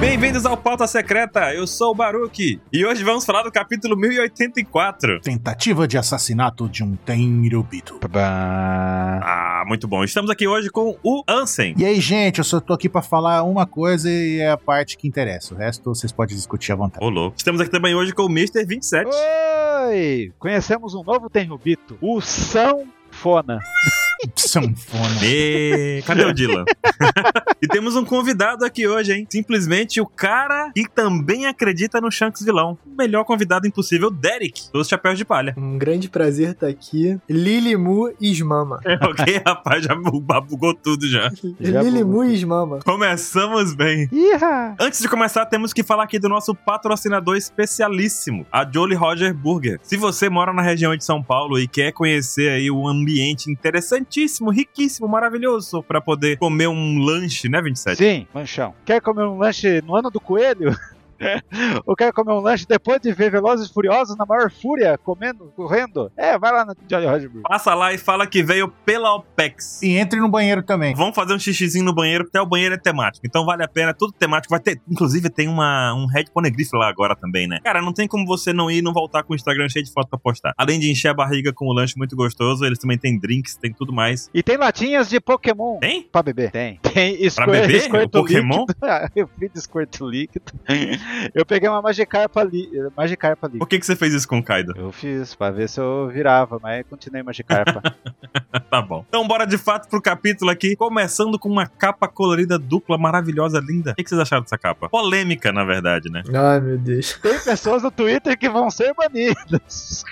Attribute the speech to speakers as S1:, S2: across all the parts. S1: Bem-vindos ao Pauta Secreta, eu sou o Baruki e hoje vamos falar do capítulo 1084.
S2: Tentativa de assassinato de um Tenryubito.
S1: Ah, muito bom. Estamos aqui hoje com o Ansem.
S2: E aí, gente, eu só tô aqui pra falar uma coisa e é a parte que interessa. O resto vocês podem discutir à vontade.
S1: Ô, louco. Estamos aqui também hoje com o Mr. 27.
S3: Oi! Conhecemos um novo Tenrubito, o São Fona.
S2: é um Sanfona.
S1: E... Cadê o Dylan? e temos um convidado aqui hoje, hein? Simplesmente o cara que também acredita no Shanks vilão. O melhor convidado impossível, Derek, dos Chapéus de Palha.
S4: Um grande prazer estar aqui. Lilimu e Ismama.
S1: ok, rapaz, já bu- babugou tudo É. já.
S3: Já
S4: Lilimu e Ismama.
S1: Começamos bem.
S3: Iha!
S1: Antes de começar, temos que falar aqui do nosso patrocinador especialíssimo, a Jolly Roger Burger. Se você mora na região de São Paulo e quer conhecer aí um ambiente interessantíssimo, riquíssimo, maravilhoso para poder comer um lanche, né, 27?
S3: Sim, manchão. Quer comer um lanche no ano do coelho? Ou quer comer um lanche depois de ver Velozes e Furiosos na maior fúria, comendo, correndo? É, vai lá na Jolly Roger Burger.
S1: Passa lá e fala que veio pela OPEX.
S2: E entre no banheiro também.
S1: Vamos fazer um xixizinho no banheiro, até o banheiro é temático. Então vale a pena, é tudo temático. Vai ter, inclusive, tem uma, um Red Ponegrife lá agora também, né? Cara, não tem como você não ir e não voltar com o Instagram cheio de foto pra postar. Além de encher a barriga com o lanche muito gostoso, eles também têm drinks, tem tudo mais.
S3: E tem latinhas de Pokémon.
S1: Tem?
S3: Pra beber? Tem. Tem
S1: Pra
S3: esquer-
S1: beber? O
S3: esquerto
S1: Pokémon?
S3: líquido. Ah, Eu fiz esquerto líquido. Eu peguei uma Magikarpa, li... Magikarpa líquida.
S1: Por que, que você fez isso com o Kaido?
S3: Eu fiz, pra ver se eu virava, mas continuei Magikarpa.
S1: tá bom. Então bora de fato pro capítulo aqui, começando com uma capa colorida dupla, maravilhosa, linda. O que, que vocês acharam dessa capa? Polêmica, na verdade, né?
S4: Ai, meu Deus.
S3: Tem pessoas no Twitter que vão ser banidas.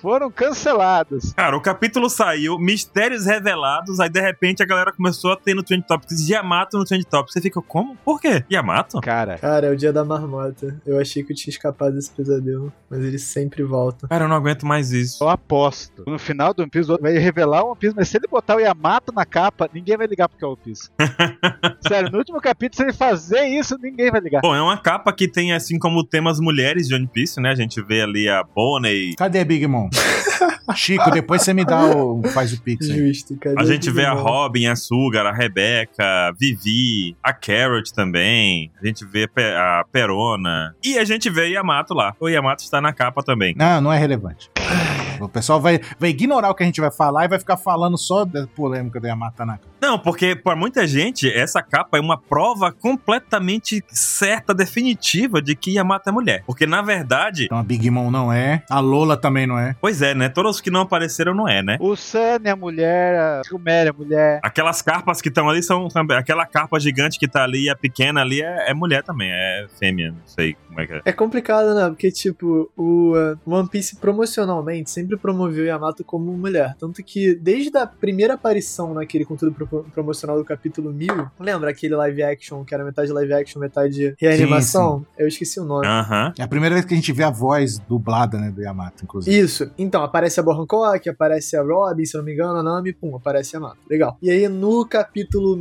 S3: Foram canceladas.
S1: Cara, o capítulo saiu, mistérios revelados, aí de repente a galera começou a ter no Trend Topics Yamato no Trend Topics. Você fica, como? Por quê? Yamato?
S3: Cara,
S4: Cara, é o dia da marmota. Eu achei que eu tinha escapado desse pesadelo, mas ele sempre volta.
S1: Cara, eu não aguento mais isso.
S3: eu aposto. No final do One Piece, o outro vai revelar o One Piece, mas se ele botar o Yamato na capa, ninguém vai ligar porque é o One Piece. Sério, no último capítulo, se ele fazer isso, ninguém vai ligar.
S1: Bom, é uma capa que tem, assim como temas mulheres de One Piece, né? A gente vê ali a Bonnie,
S2: Cadê Big Mom? Chico, depois você me dá o. faz o pix aí.
S4: Justo, cadê
S1: a gente
S4: o
S1: vê a
S4: Digimon?
S1: Robin, a Sugar, a Rebecca, a Vivi, a Carrot também, a gente vê pe- a Perona, e a gente vê Yamato lá. O Yamato está na capa também.
S2: Não, não é relevante. O pessoal vai, vai ignorar o que a gente vai falar e vai ficar falando só da polêmica da Yamata Tanaka.
S1: Não, porque para muita gente, essa capa é uma prova completamente certa, definitiva de que Yamato é mulher. Porque, na verdade,
S2: Então a Big Mom não é, a Lola também não é.
S1: pois é, né? Todos os que não apareceram não é, né?
S3: O Sunny, a mulher, a Shumeri, a mulher.
S1: Aquelas carpas que estão ali são também. Aquela carpa gigante que tá ali e a pequena ali é, é mulher também, é fêmea, não sei como é que é.
S4: É complicado, né? Porque, tipo, o uh, One Piece promocionalmente sempre promoveu Yamato como mulher. Tanto que, desde a primeira aparição naquele conteúdo pro- promocional do capítulo 1000, lembra aquele live action, que era metade live action, metade reanimação? Eu esqueci o nome.
S1: Aham.
S2: É a primeira vez que a gente vê a voz dublada, né, do Yamato, inclusive.
S4: Isso. Então, aparece a Bohancock, aparece a Robin, se eu não me engano, a Nami, pum, aparece a Mata. Legal. E aí, no capítulo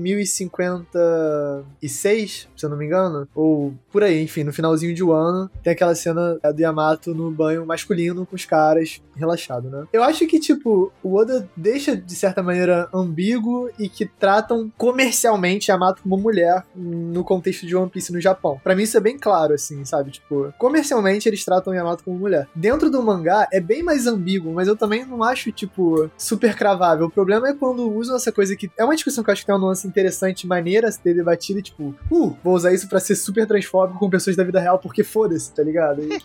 S4: 1056, se eu não me engano, ou por aí, enfim, no finalzinho de Wano, tem aquela cena é, do Yamato no banho masculino com os caras, relaxado, né? Eu acho que, tipo, o Oda deixa, de certa maneira, ambíguo e que tratam comercialmente Yamato como mulher no contexto de One Piece no Japão. Pra mim isso é bem claro, assim, sabe? Tipo, comercialmente eles tratam Yamato como mulher. Dentro do mangá é bem mais ambíguo, mas eu também não acho, tipo, super cravável. O problema é quando usam essa coisa que. É uma discussão que eu acho que tem uma nuance interessante, maneira a se ter debatida, e, tipo, uh, vou usar isso pra ser super transfóbico com pessoas da vida real, porque foda-se, tá ligado? E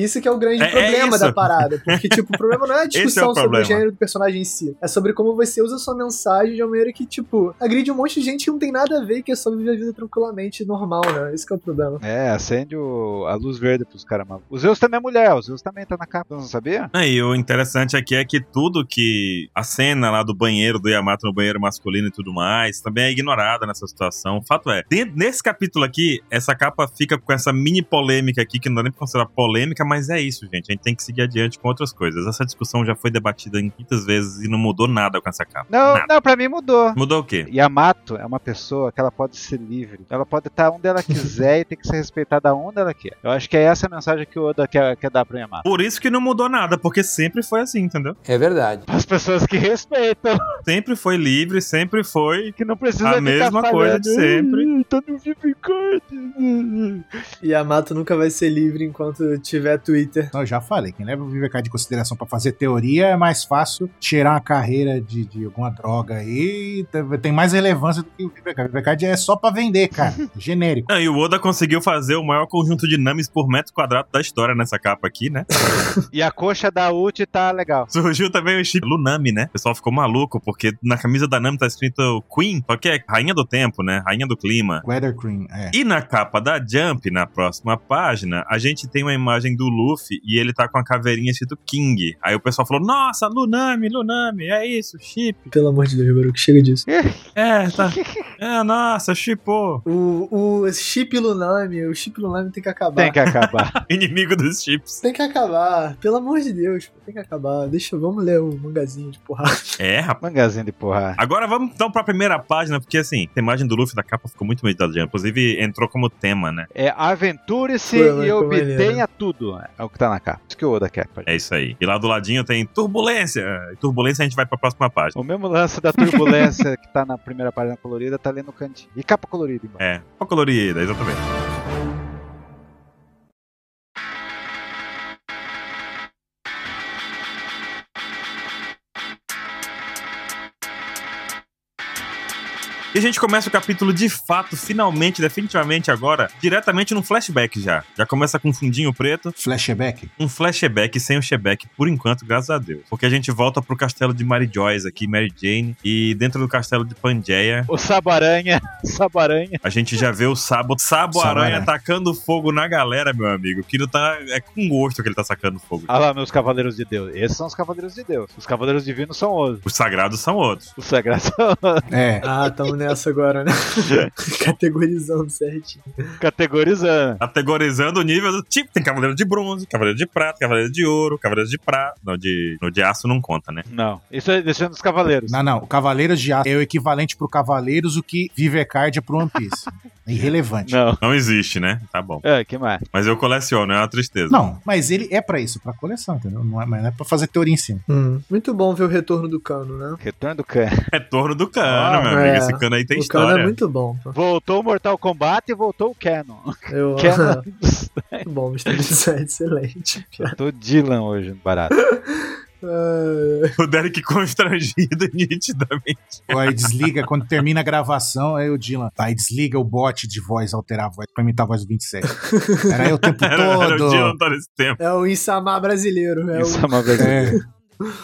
S4: e isso que é o grande
S1: É- é
S4: problema
S1: isso.
S4: da parada. Porque, tipo, o problema não é a
S1: é o
S4: discussão sobre
S1: problema.
S4: o gênero do personagem em si. É sobre como você usa a sua mensagem de uma maneira que, tipo, agride um monte de gente que não tem nada a ver e que é só viver a vida tranquilamente, normal, né? Esse que é o problema.
S3: É, acende o- a luz verde pros caras malucos. O Zeus também é mulher, o Zeus também tá na capa, não sabia?
S1: Ah, E o interessante aqui é que tudo que a cena lá do banheiro do Yamato no banheiro masculino e tudo mais também é ignorada nessa situação. O fato é, dentro- nesse capítulo aqui, essa capa fica com essa mini polêmica aqui, que não dá nem pra considerar polêmica, polêmica, mas é isso, gente. A gente tem que seguir adiante com outras coisas. Essa discussão já foi debatida em muitas vezes e não mudou nada com essa capa.
S3: Não,
S1: Nada.
S3: não, pra mim mudou.
S1: Mudou o quê?
S3: Yamato é uma pessoa que ela pode ser livre. Ela pode estar onde ela quiser e tem que ser respeitada onde ela quer. Eu acho que é essa a mensagem que o Oda quer, quer dar pro Yamato.
S1: Por isso que não mudou nada, porque sempre foi assim, entendeu?
S5: É verdade.
S3: As pessoas que respeitam,
S1: Sempre foi livre, sempre foi.
S3: que não precisam
S1: A
S3: ficar
S1: mesma
S3: falando,
S1: coisa de
S3: "Ih,
S1: sempre."
S3: Tô no Vivicard.
S4: Yamato nunca vai ser livre enquanto tiver Twitter.
S2: Então, eu já falei, quem leva o Vivecard em consideração pra fazer teoria é mais fácil tirar uma carreira de, de alguma droga aí, te- tem mais relevância do que o Vivecard. O Vivecard é só pra vender, cara, genérico.
S1: Não, e o Oda conseguiu fazer o maior conjunto de names por metro quadrado da história nessa capa aqui, né?
S3: E a coxa da Uchi tá legal.
S1: Surgiu também o chip Lunami, né? O pessoal ficou maluco, porque na camisa da Nami tá escrito Queen, só que é Rainha do Tempo, né? Rainha do Clima.
S2: Weather Cream, é.
S1: E na capa da Jump, na próxima página, a gente tem uma imagem do Luffy e ele tá com a caveirinha escrito King. Aí o pessoal falou: Nossa, Lunami, Lunami, é isso, chip.
S4: Pelo amor de Deus, Baruco, chega disso.
S1: É, tá. É, nossa, chipou.
S4: O, o esse chip Lunami, o chip Lunami tem que acabar.
S3: Tem que acabar.
S1: Inimigo dos chips.
S4: Tem que acabar, pelo amor de Deus, pô, tem que acabar. Deixa, vamos ler o mangazinho de porrada.
S1: É, rapaz.
S3: Mangazinho de porra.
S1: Agora vamos então pra primeira página, porque assim, a imagem do Luffy da capa ficou muito meditada. Inclusive, entrou como tema, né?
S3: É aventure-se
S4: Pô, mas
S3: e
S4: como ele
S3: obtenha tudo. É o que tá na capa. Isso que o Oda quer. pode.
S1: É isso aí. E lá do ladinho tem turbulência. E Turbulência a gente vai pra próxima página.
S3: O mesmo lance da turbulência que tá na primeira página colorida tá ali no cantinho. E capa colorida, embaixo.
S1: É, ó colorida, exatamente. E a gente começa o capítulo de fato, finalmente, definitivamente agora, diretamente num flashback já. Já começa com um fundinho preto,
S2: Flashback.
S1: um flashback sem o Shebeck por enquanto, graças a Deus. Porque a gente volta pro castelo de Mary Joyce aqui, Mary Jane, e dentro do castelo de Pangeia,
S3: O Sabaranha. Sabaranha.
S1: a gente já vê o Sabo, Sabo
S2: Sabo
S1: Aranha
S2: Aranha.
S1: tacando fogo na galera, meu amigo. Que não tá. É com gosto que ele tá sacando fogo.
S3: Ah lá, meus cavaleiros de Deus. Esses são os cavaleiros de Deus. Os cavaleiros divinos são os.
S1: Os sagrados são outros.
S3: Os sagrados são
S2: É.
S4: Ah, tamo nessa agora, né? Categorizando certinho.
S3: categorizando.
S1: Categorizando o nível do tipo. Tem cavaleiro de bronze, cavaleiro de prata, cavaleiro de ouro, cavaleiro de prata. Não, de, no de aço não conta, né?
S3: Não. Isso é deixando os cavaleiros.
S2: Não, não. O Cavaleiros de Aço é o equivalente pro Cavaleiros o que Vivecard é pro One Piece. É irrelevante.
S3: Não.
S1: Não existe, né? Tá bom.
S3: É, que mais?
S1: Mas eu coleciono, é uma tristeza.
S2: Não, mas ele é pra isso, pra coleção, entendeu? Não é, mas não é pra fazer teoria em cima.
S1: Hum.
S4: Muito bom ver o retorno do Cano, né?
S3: Retorno do Khan.
S1: Retorno do cano,
S4: Ah,
S1: meu amigo.
S4: é.
S1: Esse cano aí tem
S4: o
S1: história.
S4: Cano é muito bom. pô.
S3: Voltou o Mortal Kombat e voltou o Canon.
S4: Eu,
S3: Canon.
S4: muito bom, Mr. Design, excelente.
S3: Eu tô Dylan hoje, barato.
S4: Ah,
S1: O Derek constrangido nitidamente.
S2: Aí desliga, quando termina a gravação, aí o Dylan. Tá, aí desliga o bot de voz, alterar a voz, pra imitar a voz do 27. Era eu o tempo
S1: Era, era o
S2: todo.
S1: Dylan tá nesse tempo.
S4: é o Insamar brasileiro. É
S3: Isso
S4: o...
S3: é uma vez.
S2: É.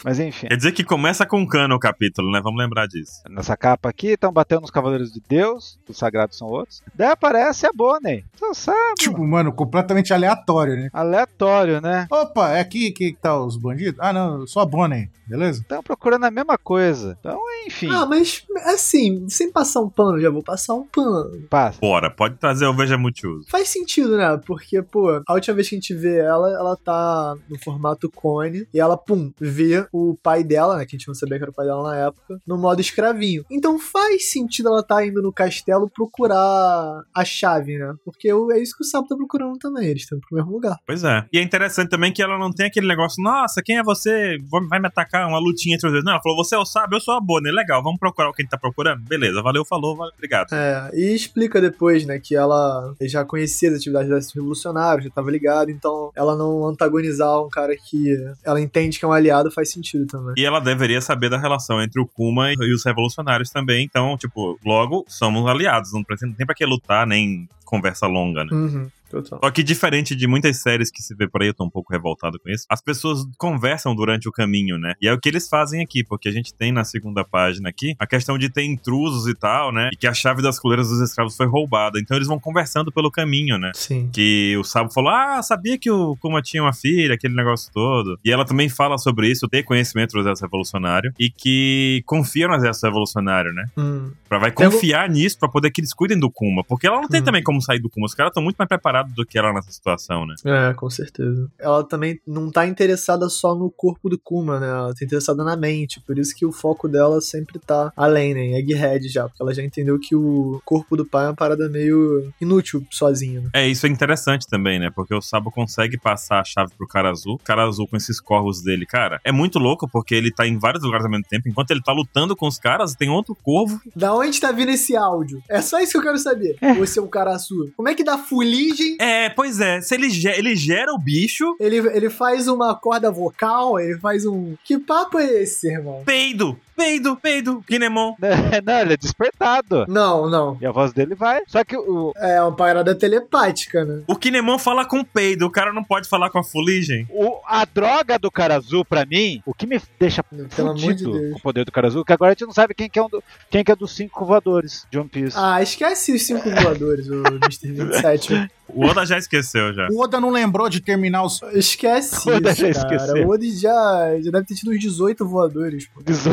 S3: Mas enfim.
S1: Quer dizer que começa com cano o capítulo, né? Vamos lembrar disso.
S3: Nessa capa aqui, estão batendo os Cavaleiros de Deus, os Sagrados são outros. Daí aparece a Bonnie. Você sabe,
S2: Tipo, mano, completamente aleatório, né?
S3: aleatório, né?
S2: Opa, é aqui que tá os bandidos? Ah, não, só a Bonnie, beleza?
S3: Estão procurando a mesma coisa. Então, enfim,
S4: Ah, mas assim, sem passar um pano, já vou passar um pano.
S3: passa.
S1: Bora, pode trazer o Veja Multiuso.
S4: Faz sentido, né? Porque, pô, a última vez que a gente vê ela, ela tá no formato cone e ela, pum, vê o pai dela, né? Que a gente não sabia que era o pai dela na época, no modo escravinho. Então faz sentido ela tá indo no castelo procurar a chave, né? Porque o- é isso que o sapo tá procurando também, eles estão pro mesmo lugar.
S1: Pois é. E é interessante também que ela não tem aquele negócio, nossa, quem é você? Vou- Vai me atacar uma lutinha entre os dois. Não, ela falou, você é o sábio, eu sou a Bonnie. Legal, vamos procurar o que a gente tá procurando? Beleza, valeu, falou, valeu, obrigado.
S4: É, e explica depois, né, que ela já conhecia as atividades dos revolucionários, já tava ligada, então ela não antagonizar um cara que ela entende que é um aliado faz sentido também.
S1: E ela deveria saber da relação entre o Kuma e os revolucionários também. Então, tipo, logo somos aliados. Não precisa nem pra que lutar, nem conversa longa, né?
S4: Uhum, total.
S1: Só que diferente de muitas séries que se vê por aí, eu tô um pouco revoltado com isso. As pessoas conversam durante o caminho, né? E é o que eles fazem aqui, porque a gente tem na segunda página aqui a questão de ter intrusos e tal, né? E que a chave das coleiras dos escravos foi roubada. Então eles vão conversando pelo caminho, né?
S4: Sim.
S1: Que o Sabo falou: Ah, sabia que o Kuma tinha uma filha, aquele negócio todo. E ela também fala sobre isso, ter conhecimento do exército revolucionário e que confia no exército revolucionário, né?
S4: Hum.
S1: Pra vai
S4: Tem
S1: confiar nisso pra poder que eles cuidem do Kuma. Porque ela não tem
S4: Hum.
S1: também como sair do Kuma. Os caras estão muito mais preparados errado do que ela nessa situação, né?
S4: É, com certeza. Ela também não tá interessada só no corpo do Kuma, né? Ela tá interessada na mente. Por isso que o foco dela sempre tá além, né? Em Egghead já. Porque ela já entendeu que o corpo do pai é uma parada meio inútil sozinho, né?
S1: É, isso é interessante também, né? Porque o Sabo consegue passar a chave pro cara azul. O cara azul com esses corvos dele, cara. É muito louco porque ele tá em vários lugares ao mesmo tempo. Enquanto ele tá lutando com os caras, tem outro corvo.
S4: Da onde tá vindo esse áudio? É só isso que eu quero saber. Você é um cara azul. Como é que dá fuligem?
S1: É, pois é. Se ele, ge- ele gera o bicho,
S4: Ele, ele faz uma corda vocal, ele faz um. Que papo é esse, irmão?
S1: peido, peido, peido. Kinemon.
S3: Não, ele é despertado.
S4: Não, não.
S3: E a voz dele vai. Só que o,
S4: É uma parada telepática, né?
S1: O Kinemon fala com peido. O cara não pode falar com a fuligem.
S3: O- a droga do cara azul, pra mim, o que me deixa
S4: Pelo amor de
S3: fudido
S4: Deus.
S3: com o poder do cara azul, que agora a gente não sabe quem que é, um do- quem que é dos cinco voadores de One Piece.
S4: Ah, esquece os cinco voadores, o Mr. 27.
S1: O Oda já esqueceu, já.
S2: O Oda não lembrou de terminar os.
S4: Esquece
S3: O Oda já
S4: isso, cara.
S3: esqueceu.
S4: O Oda já, já deve ter tido uns 18 voadores, pô.
S3: Dezo-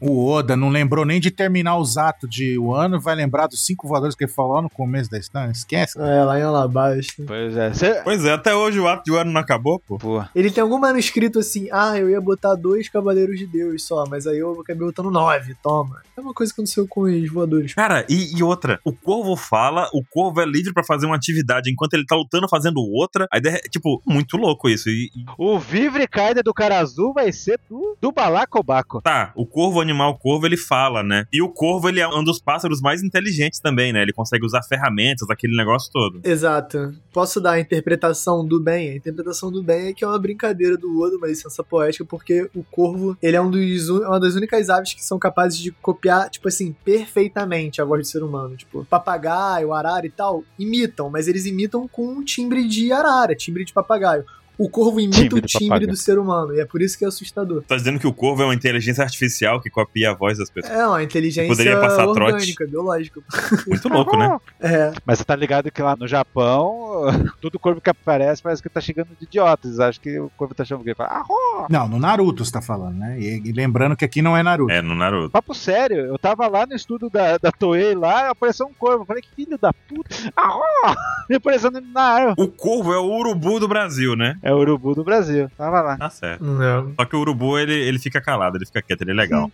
S2: O Oda não lembrou nem de terminar os atos de Wano, vai lembrar dos cinco voadores que ele falou lá no começo da história. Esquece.
S4: É, lá em Alabasta.
S3: pois é. Cê...
S1: Pois é, até hoje o ato de ano não acabou, pô.
S3: Pô,
S4: Ele tem algum manuscrito assim, ah, eu ia botar dois Cavaleiros de Deus só, mas aí eu acabei botando nove, toma. É uma coisa que aconteceu com os voadores.
S1: Cara, e, e outra, o corvo fala, o corvo é livre pra fazer uma atividade enquanto ele tá lutando fazendo outra. Aí, de- tipo, muito louco isso. E, e-
S3: O Vivre Carder do cara azul vai ser do, do Balacobaco.
S1: tá, o corvo o animal, o corvo, ele fala, né? E o corvo, ele é um dos pássaros mais inteligentes também, né? Ele consegue usar ferramentas, aquele negócio todo.
S4: Exato. Posso dar a interpretação do bem? A interpretação do bem é que é uma brincadeira do Odo, uma licença poética, porque o corvo, ele é um dos, un- uma das únicas aves que são capazes de copiar, tipo assim, perfeitamente a voz do ser humano. Tipo, papagaio, arara e tal, imitam, mas eles imitam com um timbre de arara, timbre de papagaio. O corvo imita
S3: Timbre
S4: o
S3: de
S4: timbre
S3: papagaio.
S4: do ser humano, e é por isso que é assustador.
S1: Tá dizendo que o corvo é uma inteligência artificial que copia a voz das pessoas.
S4: É uma inteligência
S1: Poderia passar trote.
S4: orgânica, biológica.
S1: Muito louco, né?
S4: É,
S3: Mas você tá ligado que lá no Japão, todo corvo que aparece parece que tá chegando de idiotas. Acho que o corvo tá chamando que fala, ah,
S2: Não, no Naruto você tá falando, né? E, e lembrando que aqui não é Naruto.
S1: É, no Naruto.
S3: Papo sério, eu tava lá no estudo da, da Toei lá, apareceu um corvo. Eu falei, que filho da puta! Ah, ó! Me aparecendo na árvore.
S1: O corvo é o urubu do Brasil, né?
S3: É o urubu do Brasil. Tava lá.
S1: Tá certo.
S4: não.
S1: Só que o urubu, ele, ele fica calado, ele fica quieto, ele é legal.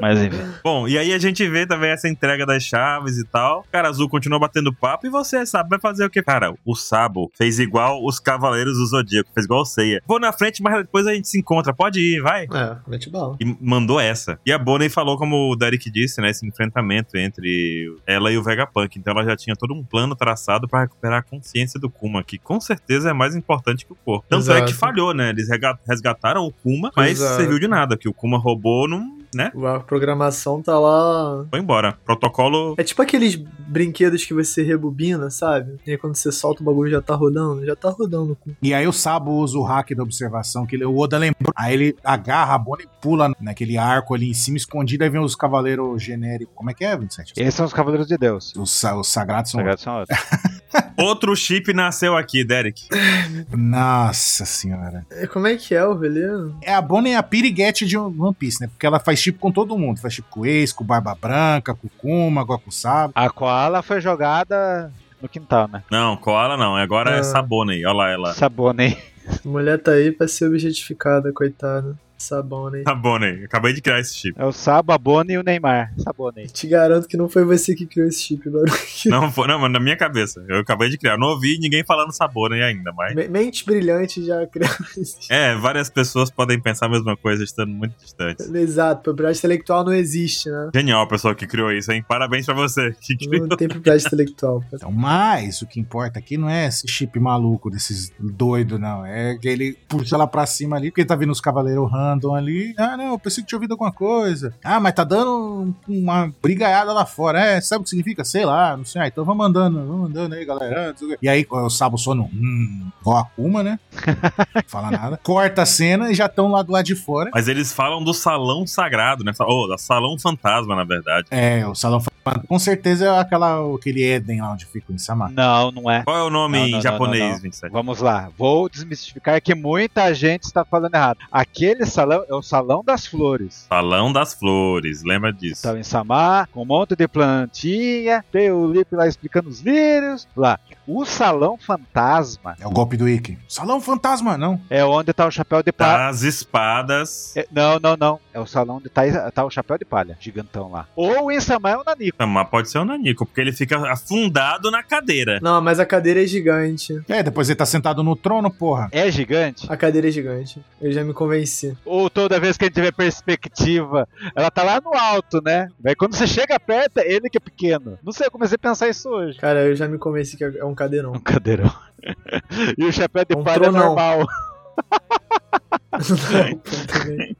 S3: Mas enfim.
S1: Bom, e aí a gente vê também essa entrega das chaves e tal. O cara azul continua batendo papo e você, sabe, vai fazer o quê? Cara, o Sabo fez igual os Cavaleiros do Zodíaco, fez igual o Ceia. Vou na frente, mas depois a gente se encontra. Pode ir, vai.
S4: É, mete bala.
S1: E mandou essa. E a Bonnie falou, como o Derek disse, né? Esse enfrentamento entre ela e o Vegapunk. Então ela já tinha todo um plano traçado pra recuperar a consciência do Kuma, que com certeza é mais importante que o corpo. Tanto é que
S4: Exato.
S1: falhou, né? Eles rega- resgataram o Kuma, mas
S4: Exato.
S1: serviu de nada, que o Kuma roubou, não, né?
S4: A programação tá lá
S1: Foi embora. Protocolo
S4: É tipo aqueles brinquedos que você rebobina, sabe? E aí quando você solta o bagulho já tá rodando, já tá rodando.
S2: E aí o Sabo usa o hack da observação, que ele- o Oda lembrou. Aí ele agarra a bola e pula naquele arco ali em cima, escondido, aí vem os cavaleiros genéricos. Como é que é, 27?
S3: Esses são os Cavaleiros de Deus.
S2: Os, sa- os sagrados são.
S3: Sagrados são outros.
S1: Outro chip nasceu aqui, Derek.
S2: Nossa senhora.
S4: É, Como é que é o rolê?
S2: É a Bonnie é a piriguete de One Piece, né? Porque ela faz tipo com todo mundo. Faz tipo com o Ace, com o Barba Branca, com o Kuma, agora com o Sabo.
S3: A koala foi jogada no quintal, né?
S1: Não, koala não. Agora
S4: Ah.
S1: é sabona aí. Olha lá ela.
S3: Sabone.
S4: Mulher tá aí pra ser objetificada, coitada. Sabão, né?
S1: Sabona aí. Acabei de criar esse chip.
S3: É o Sababone e o Neymar. Sabone.
S4: Te garanto que não foi você que criou esse chip, barulho.
S1: Não, foi, não, mano, na minha cabeça. Eu acabei de criar. Não ouvi ninguém falando sabona aí ainda, mas.
S4: Me- Mentes brilhantes já criaram esse chip.
S1: É, várias pessoas podem pensar a mesma coisa estando muito distantes.
S4: Exato, propriedade intelectual não existe, né?
S1: Genial a pessoa que criou isso, hein? Parabéns pra você. Que criou.
S4: Não tem propriedade intelectual. pô.
S2: Então, mas o que importa aqui não é esse chip maluco desses doidos, não. É que ele puxa ela pra cima ali, porque tá vindo os cavaleiros random ali. Ah, não, eu pensei que tinha ouvido alguma coisa. Ah, mas tá dando um- uma brigaiada lá fora. É, sabe o que significa? Sei lá, não sei. Ah, então vamos andando, vamos andando aí, galera. Ah, não sei o quê. E aí ó, o Sabo sono, hum, vó Akuma, né? Não Fala nada. Corta a cena e já estão lá do lado de fora.
S1: Mas eles falam do salão sagrado, né? Ou da salão fantasma, na verdade.
S2: É, o salão falando. Com certeza é aquela, aquele Éden lá onde fica o Insama.
S3: Não, não é.
S1: Qual é o nome
S3: Não,
S1: em
S3: não, não,
S1: japonês,
S3: não, não.
S1: 27?
S3: Vamos lá, vou desmistificar que muita gente está falando errado. Aquele salão, é o Salão das Flores.
S1: Salão das Flores, lembra disso.
S3: Tava em Samar, com um monte de plantinha, tem o Lip lá explicando os lírios. Lá, o Salão Fantasma
S2: É o golpe do Ikki. Salão fantasma, não.
S3: é onde tá o chapéu de palha.
S1: Das espadas.
S3: É- não, não, não. É o salão onde tá, tá o chapéu de palha, gigantão lá. Ou em Samar é o Nanico.
S1: Ah, Mas pode ser o Nanico, porque ele fica afundado na cadeira.
S4: Não, mas a cadeira é gigante.
S2: É, depois ele tá sentado no trono, porra.
S3: É gigante?
S4: A cadeira é gigante. Eu já me convenci.
S3: Ou toda vez que a gente vê perspectiva, ela tá lá no alto, né? Daí quando você chega perto, é ele que é pequeno. Não sei, eu comecei a pensar isso hoje.
S4: Cara, eu já me convenci que é um cadeirão.
S3: Um cadeirão. e o chapéu de
S4: Um
S3: palha é
S4: tronão.
S3: normal.
S4: Não, também.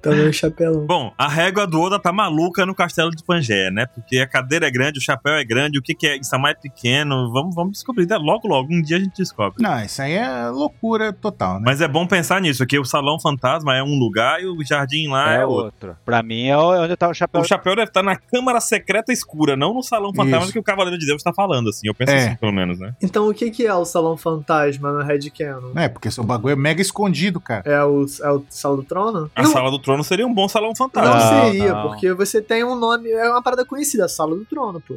S4: Também um chapelão.
S1: Bom, a régua do Oda tá maluca no castelo de Pangea, né? Porque a cadeira é grande, o chapéu é grande, o que, que é Isamar é pequeno. Vamos, vamos descobrir. né? Logo, logo, um dia a gente descobre.
S2: Não, isso aí é loucura total, né?
S1: Mas é bom pensar nisso, que o Salão Fantasma é um lugar e o jardim lá é,
S3: é
S1: outro.
S3: outro. Pra mim é onde tá o chapéu.
S1: O chapéu deve estar na Câmara Secreta Escura, não no Salão Fantasma
S2: Isso.
S1: que o Cavaleiro de Deus tá falando, assim. Eu penso
S2: É.
S1: assim, pelo menos, né?
S4: Então o que que é o Salão Fantasma no Red Canon?
S2: É, porque o bagulho é mega escondido, cara.
S4: É o, é o Salão do Trono?
S1: A
S4: não,
S1: Sala do Trono seria um bom Salão
S4: não,
S1: Fantasma.
S3: Não,
S4: seria,
S3: não.
S4: porque você tem um nome... É uma parada conhecida, Sala do Trono, pô.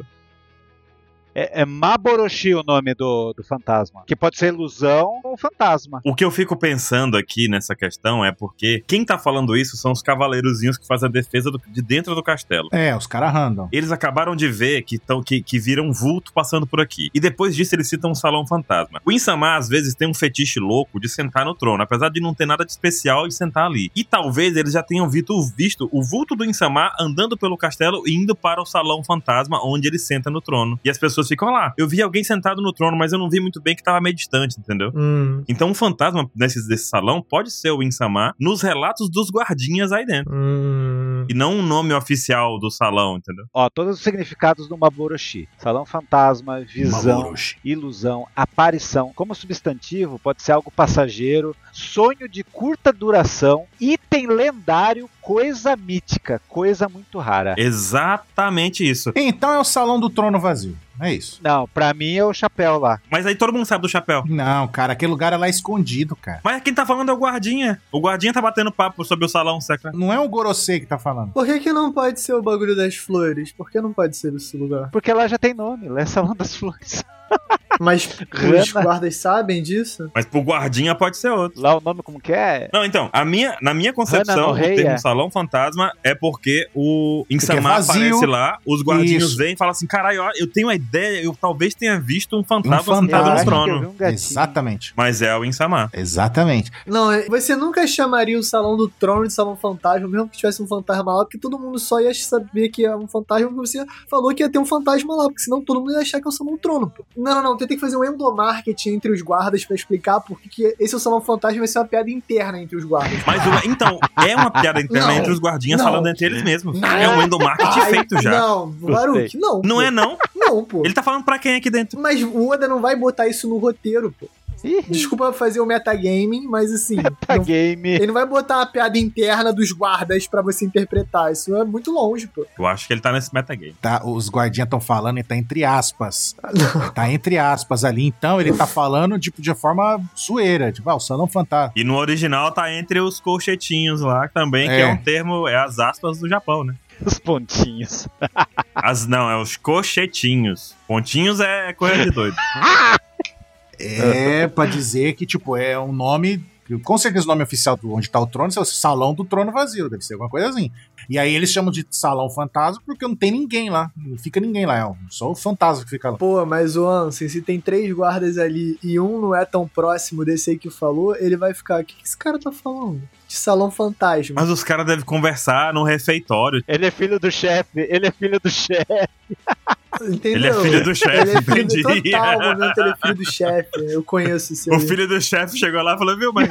S3: É, é Maboroshi o nome do, do fantasma. Que pode ser ilusão ou fantasma.
S1: O que eu fico pensando aqui nessa questão é porque quem tá falando isso são os cavaleirozinhos que fazem a defesa do- de dentro do castelo.
S2: É, os caras random.
S1: Eles acabaram de ver que, tão, que, que viram um vulto passando por aqui. E depois disso, eles citam um salão fantasma. O Insama, às vezes, tem um fetiche louco de sentar no trono, apesar de não ter nada de especial em sentar ali. E talvez eles já tenham visto, visto o vulto do Insama andando pelo castelo e indo para o salão fantasma, onde ele senta no trono. E as pessoas ficam lá. Eu vi alguém sentado no trono, mas eu não vi muito bem que tava meio distante, entendeu?
S4: Hum,
S1: Então, um fantasma desse, desse salão pode ser o Insama nos relatos dos guardinhas aí dentro.
S4: hum.
S1: E não o nome oficial do salão, entendeu?
S3: Ó, todos os significados do Maboroshi. Salão fantasma, visão,
S2: Mamoroshi.
S3: ilusão, aparição. Como substantivo, pode ser algo passageiro, sonho de curta duração, item lendário, coisa mítica, coisa muito
S2: É.
S3: rara.
S1: Exatamente isso.
S2: Então é o salão do trono vazio. É isso.
S3: Não, pra mim é o chapéu lá.
S1: Mas aí todo mundo sabe do chapéu.
S2: Não, cara, aquele lugar é lá escondido, cara.
S1: Mas quem tá falando é o guardinha. O guardinha tá batendo papo sobre o salão secreto.
S2: Não é o Gorosei que tá falando.
S4: Por que que não pode ser o bagulho das flores? Por que não pode ser esse lugar?
S3: Porque lá já tem nome, lá é Salão das Flores.
S4: Mas os
S3: Rana.
S4: guardas sabem disso?
S1: Mas pro guardinha pode ser outro.
S3: Lá o nome como que é?
S1: Não, então, a minha, na minha concepção,
S3: Hannah
S1: o
S3: Moreira.
S1: termo salão fantasma é porque o
S2: Porque é
S1: Insama
S2: vazio.
S1: aparece lá, os guardinhos
S2: Isso.
S1: vêm e falam assim: caralho, ó, eu tenho a ideia, eu talvez tenha visto um fantasma,
S2: fantasma.
S1: sentado
S3: Eu
S1: no
S3: acho que
S1: trono.
S3: eu vi um gatinho.
S2: Exatamente.
S1: Mas é o Insama.
S2: Exatamente.
S4: Não, é- você nunca chamaria o Salão do Trono de Salão Fantasma, mesmo que tivesse um fantasma lá, porque todo mundo só ia saber que é um fantasma porque você falou que ia ter um fantasma lá, porque senão todo mundo ia achar que é o Salão do Trono. pô. Não, não, não, tem que fazer um endomarketing entre os guardas pra explicar porque que esse é o Salão Fantasma vai ser uma piada interna entre os guardas.
S1: Mas o- então, é uma piada interna
S4: Não.
S1: entre os guardinhas
S4: Não.
S1: falando entre eles mesmos.
S4: Não.
S1: É um endomarketing
S4: Ai,
S1: feito já.
S4: Não, Baruch, não.
S1: Não
S4: pô.
S1: é, não?
S4: Não, pô.
S1: Ele tá falando pra quem aqui dentro?
S4: Mas o Oda não vai botar isso no roteiro, pô.
S3: Ih,
S4: Desculpa fazer o metagaming, mas assim,
S3: tá
S4: não-
S3: game.
S4: ele não vai botar uma piada interna dos guardas pra você interpretar. Isso é muito longe, pô.
S1: Eu acho que ele tá nesse metagame.
S2: Tá, os guardinhas estão falando e tá entre aspas. Tá entre aspas ali. Então ele tá falando tipo, de forma zoeira. Tipo, ah, o salão fantasma.
S1: E no original tá entre os colchetinhos lá também, que é
S2: É.
S1: um termo, é as aspas do Japão, né?
S3: Os pontinhos.
S1: As não, é os colchetinhos. Pontinhos é coisa de doido.
S2: É pra dizer que, tipo, é um nome. Com certeza o nome oficial do onde tá o trono é o Salão do Trono Vazio, deve ser alguma coisa assim. E aí eles chamam de Salão Fantasma porque não tem ninguém lá. Não fica ninguém lá, é um- só o fantasma que fica lá.
S4: Pô, mas o Ansem, se tem três guardas ali e um não é tão próximo desse aí que falou, ele vai ficar. O que, que esse cara tá falando? De salão fantasma.
S1: Mas os caras devem conversar num refeitório.
S3: Ele é filho do chefe, ele é filho do chefe.
S4: Entendeu?
S1: Ele é filho do
S4: Ele
S1: chefe,
S4: é filho do
S1: entendi.
S4: total, o momento ele é filho do chefe. Eu conheço isso
S1: O
S4: aí.
S1: filho do chefe chegou lá e falou, viu, mas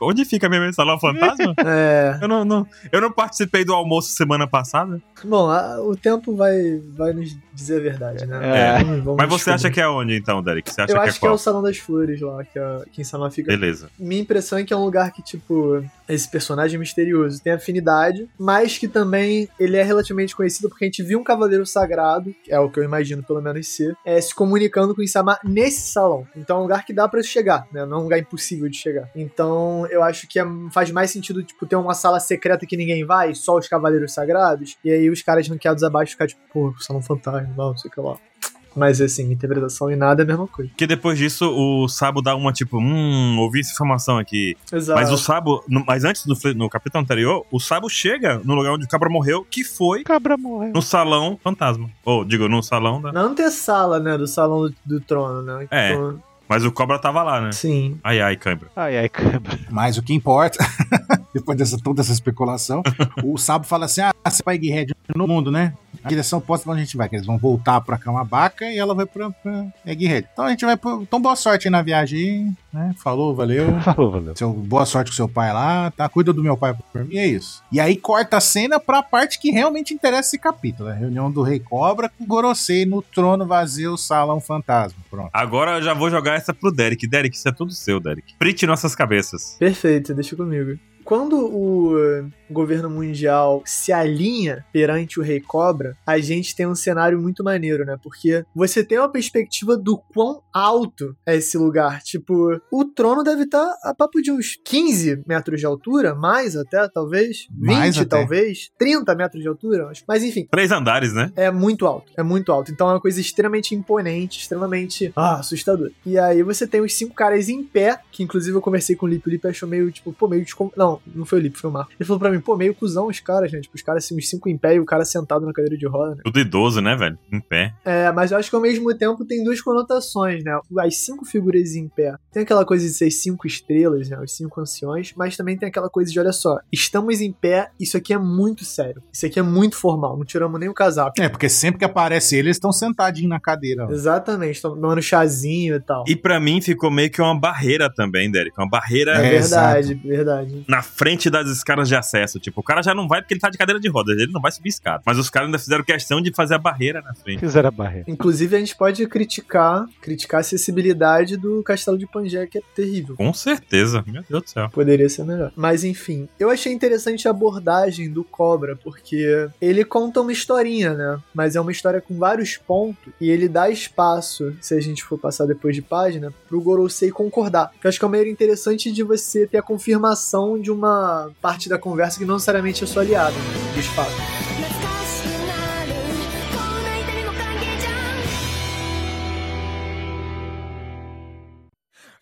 S1: onde fica mesmo esse salão fantasma?
S4: É.
S1: Eu não, não- eu não participei do almoço semana passada.
S4: Bom, a- o tempo vai, vai nos dizer a verdade, né?
S3: É.
S4: Vamos- vamos
S1: Mas você
S4: descobrir.
S1: acha que é onde, então, Derek? Você acha
S4: Eu
S1: que
S4: acho
S1: é
S4: que é
S1: qual?
S4: o Salão das Flores lá, que, a, que em San Juan fica.
S1: Beleza.
S4: Minha impressão é que é um lugar que, tipo, esse personagem misterioso tem afinidade, mas que também ele é relativamente conhecido porque a gente viu um cavaleiro sagrado, que é o que eu imagino pelo menos ser, é, se comunicando com o Isama nesse salão. Então é um lugar que dá pra chegar, né? Não é um lugar impossível de chegar. Então eu acho que é- faz mais sentido, tipo, ter uma sala secreta que ninguém vai, só os cavaleiros sagrados, e aí os caras ranqueados abaixo ficar, tipo, pô, salão fantasma, não sei o que lá. Mas assim, interpretação e nada é a mesma coisa.
S1: Que depois disso o Sabo dá uma tipo, hum, ouvi essa informação aqui.
S4: Exato.
S1: Mas o Sabo, no- mas antes no, no capítulo anterior, o Sabo chega no lugar onde o cabra morreu, que foi
S3: O cabra morreu.
S1: no salão fantasma. Ou, digo, no salão da.
S4: Não, não ter sala, né? Do salão do, do trono, né?
S1: É.
S4: Então,
S1: Mas o cobra tava lá, né?
S4: Sim.
S1: Ai, ai, cãibra.
S3: Ai, ai, cabra.
S2: Mas o que importa, depois dessa toda essa especulação, o Sabo fala assim: ah, você vai Egghead no mundo, né? A direção oposta pra onde a gente vai, que eles vão voltar pra Camabaca e ela vai pra, pra Egghead. Então a gente vai pro. Então boa sorte aí na viagem, né? Falou, valeu.
S3: Falou, valeu.
S2: Seu, boa sorte com seu pai lá, tá? Cuida do meu pai por mim, é isso. E aí corta a cena pra parte que realmente interessa esse capítulo, a reunião do Rei Cobra com o Gorosei no trono vazio, salão fantasma. Pronto.
S1: Agora eu já vou jogar essa pro Derek. Derek, isso é tudo seu, Derek. Prite nossas cabeças.
S4: Perfeito, deixa comigo. Quando o eh, governo mundial se alinha perante o Rei Cobra, a gente tem um cenário muito maneiro, né? Porque você tem uma perspectiva do quão alto é esse lugar. Tipo, o trono deve estar a papo de uns 15 metros de altura, mais até, talvez. 20,
S2: Mais até.
S4: talvez. 30 metros de altura, eu acho. Mas enfim,
S1: Três andares, né?
S4: É muito alto, é muito alto. Então é uma coisa extremamente imponente, extremamente ah, assustadora. E aí você tem os cinco caras em pé, que inclusive eu conversei com o Lipe, o Lipe achou meio, tipo, pô, meio descom... Não, não foi o Lipe, foi o Marco. Ele falou pra mim, pô, meio cuzão os caras, né? Tipo, os caras assim, os cinco em pé e o cara sentado na cadeira de roda, né?
S1: Tudo idoso, né, velho? Em pé.
S4: É, mas eu acho que ao mesmo tempo tem duas conotações, né? As cinco figuras em pé. Tem aquela coisa de ser cinco estrelas, né? Os cinco anciões, mas também tem aquela coisa de, olha só, estamos em pé, isso aqui é muito sério. Isso aqui é muito formal, não tiramos nem o casaco.
S2: É, porque sempre que aparece ele, eles estão sentadinhos na cadeira. né? ó.
S4: Exatamente, tomando chazinho e tal.
S1: E pra mim ficou meio que uma barreira também, Derek. Uma barreira
S4: É,
S2: É,
S4: verdade, verdade.
S1: na frente das escadas de acesso. Tipo, o cara já não vai porque ele tá de cadeira de rodas, ele não vai subir escada. Mas os caras ainda fizeram questão de fazer a barreira na frente.
S3: Fizeram a barreira.
S4: Inclusive, a gente pode criticar, criticar a acessibilidade do Castelo de Pangea, que é terrível.
S1: Com certeza. Meu Deus do céu.
S4: Poderia ser melhor. Mas enfim, eu achei interessante a abordagem do Cobra, porque ele conta uma historinha, né? Mas é uma história com vários pontos e ele dá espaço, se a gente for passar depois de página, pro Gorosei concordar. Que eu acho que é uma maneira interessante de você ter a confirmação de uma parte da conversa que não necessariamente é sua aliada, né? dos fatos.
S5: 難しくなるこんな痛みも関係じゃん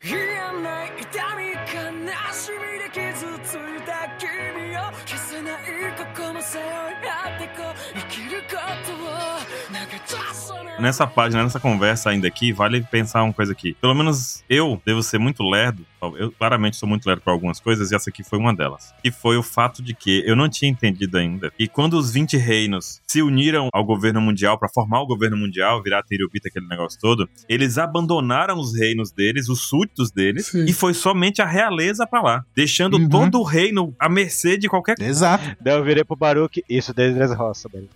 S6: 冷えない痛み悲しみで傷ついた君を消せないここも背負い合ってこう生きることを投げ出さない
S1: Nessa página, nessa conversa ainda aqui, vale pensar uma coisa aqui. Pelo menos eu devo ser muito lerdo. Eu claramente sou muito lerdo pra algumas coisas, e essa aqui foi uma delas. Que foi o fato de que eu não tinha entendido ainda. E quando os 20 reinos se uniram ao governo mundial pra formar o governo mundial, virar a Teriobita, aquele negócio todo, eles abandonaram os reinos deles, os súditos deles,
S4: Sim.
S1: e foi somente a realeza pra lá, deixando
S2: Uhum.
S1: todo o reino à mercê de qualquer
S2: Exato.
S3: Daí eu virei pro Baruque. Isso desde Dress Roça, Baruque.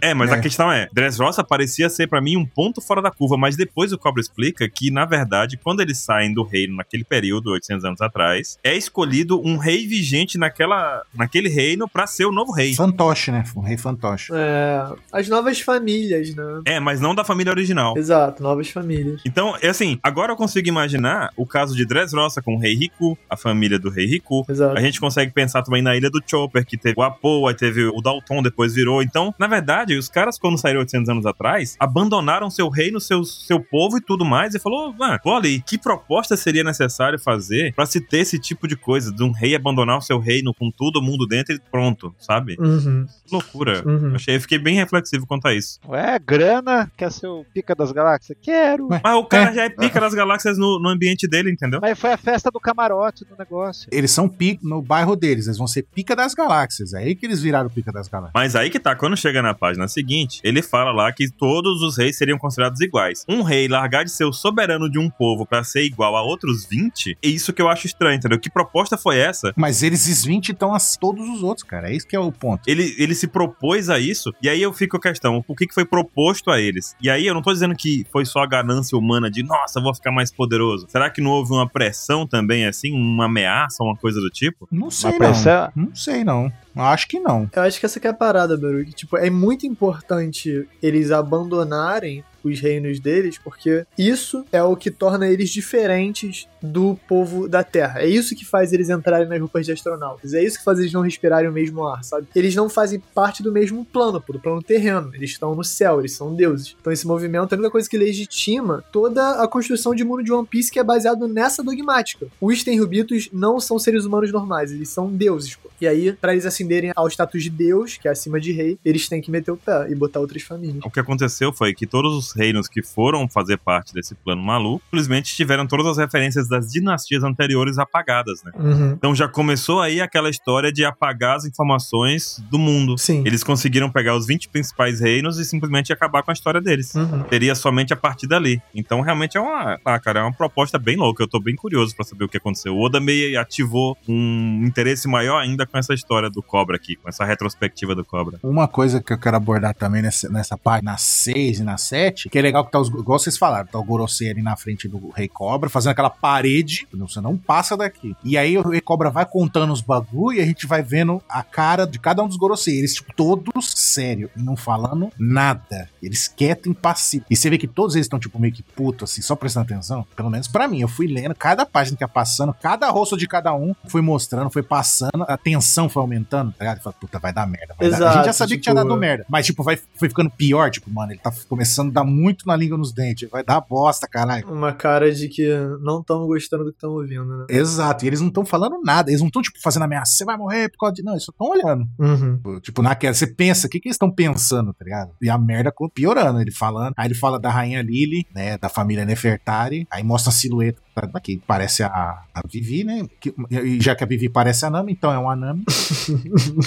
S1: É, mas
S2: É.
S1: a questão é, Dressrosa parecia ser pra mim um ponto fora da curva, mas depois o Cobra explica que, na verdade, quando eles saem do reino naquele período, 800 anos atrás, é escolhido um rei vigente naquela, naquele reino pra ser o novo rei.
S2: Fantoche, né? Um rei fantoche.
S4: É, as novas famílias, né?
S1: É, mas não da família original.
S4: Exato, novas famílias.
S1: Então, é assim, agora eu consigo imaginar o caso de Dressrosa com o rei Riku, a família do rei Riku,
S4: Exato.
S1: A gente consegue pensar também na Ilha do Chopper, que teve o Apo, aí teve o Dalton, depois virou. Então, na verdade, os caras, quando saíram 800 anos atrás, abandonaram seu reino, seu, seu povo e tudo mais, e falou, mano, vou ali, que proposta seria necessário fazer pra se ter esse tipo de coisa, de um rei abandonar o seu reino com todo mundo dentro e pronto, sabe?
S4: Uhum,
S1: Loucura.
S4: uhum.
S1: Eu Achei, eu fiquei bem reflexivo quanto a isso.
S3: Ué, grana, quer ser o pica das galáxias? Quero.
S2: Ué.
S1: Mas o cara já é pica das galáxias no, no ambiente dele, entendeu?
S3: Mas foi a festa do camarote do negócio.
S2: Eles são pica no bairro deles, eles vão ser pica das galáxias. É aí que eles viraram pica das galáxias.
S1: Mas aí que tá, quando chega na página seguinte, ele fala lá que todos os reis seriam considerados iguais. Um rei largar de ser o soberano de um povo pra ser igual a outros 20, é isso que eu acho estranho, entendeu? Que proposta foi essa?
S2: Mas eles esvintam a todos os outros, cara. É isso que é o ponto.
S1: Ele, ele se propôs a isso, e aí eu fico a questão, o que, que foi proposto a eles? E aí eu não tô dizendo que foi só a ganância humana de, nossa, eu vou ficar mais poderoso. Será que não houve uma pressão também, assim, uma ameaça, uma coisa do tipo?
S2: Não sei, não.
S3: pressão-
S2: Não sei, não. Acho que não.
S4: Eu acho que essa que é a parada, Baruch. Tipo, é muito importante eles abandonarem os reinos deles, porque isso é o que torna eles diferentes do povo da Terra. É isso que faz eles entrarem nas roupas de astronautas. É isso que faz eles não respirarem o mesmo ar, sabe? Eles não fazem parte do mesmo plano, pô, do plano um terreno. Eles estão no céu, eles são deuses. Então esse movimento é a única coisa que legitima toda a construção de mundo de One Piece que é baseado nessa dogmática. Os Tenryubitos não são seres humanos normais, eles são deuses, pô. E aí, pra eles ascenderem ao status de deus, que é acima de rei, eles têm que meter o pé e botar outras famílias.
S1: O que aconteceu foi que todos os reinos que foram fazer parte desse plano maluco, simplesmente tiveram todas as referências das dinastias anteriores apagadas, né?
S4: Uhum.
S1: Então já começou aí aquela história de apagar as informações do mundo.
S4: Sim.
S1: Eles conseguiram pegar os 20 principais reinos e simplesmente acabar com a história deles.
S4: Uhum.
S1: Teria somente a partir dali. Então realmente é uma, ah, cara, é uma proposta bem louca. Eu tô bem curioso pra saber o que aconteceu. O Oda meio ativou um interesse maior ainda com essa história do Cobra aqui, com essa retrospectiva do Cobra.
S2: Uma coisa que eu quero abordar também nessa, nessa página 6 e na 7, que é legal que tá os. Igual vocês falaram, tá o Gorosei ali na frente do Rei Cobra, fazendo aquela parede. Não, você não passa daqui. E aí o Rei Cobra vai contando os bagulho e a gente vai vendo a cara de cada um dos Gorosei. Eles, tipo, todos sério, e não falando nada. Eles quietos, impassíveis. E você vê que todos eles estão, tipo, meio que puto, assim, só prestando atenção. Pelo menos pra mim, eu fui lendo cada página que ia passando, cada rosto de cada um, fui mostrando, foi passando, a tensão foi aumentando, tá ligado? Eu falei, puta, vai dar merda. Vai dar- A gente já
S4: Exato,
S2: sabia que tinha
S4: tipo,
S2: dado merda. Mas, tipo, vai, foi ficando pior. Tipo, mano, ele tá começando a dar muito na língua nos dentes. Vai dar bosta, caralho.
S4: Uma cara de que não estão gostando do que estão ouvindo, né?
S2: Exato. E eles não estão falando nada. Eles não estão, tipo, fazendo ameaça. Você vai morrer por causa de. Não, eles só estão olhando.
S4: Uhum.
S2: Tipo, naquela. Você pensa, o que, que eles estão pensando, tá ligado? E a merda co- piorando. Ele falando. Aí ele fala da rainha Lily, né? Da família Nefertari. Aí mostra a silhueta tá- daqui. Parece a, a Vivi, né? Que- e já que a Vivi parece a Nami, então é um Anami.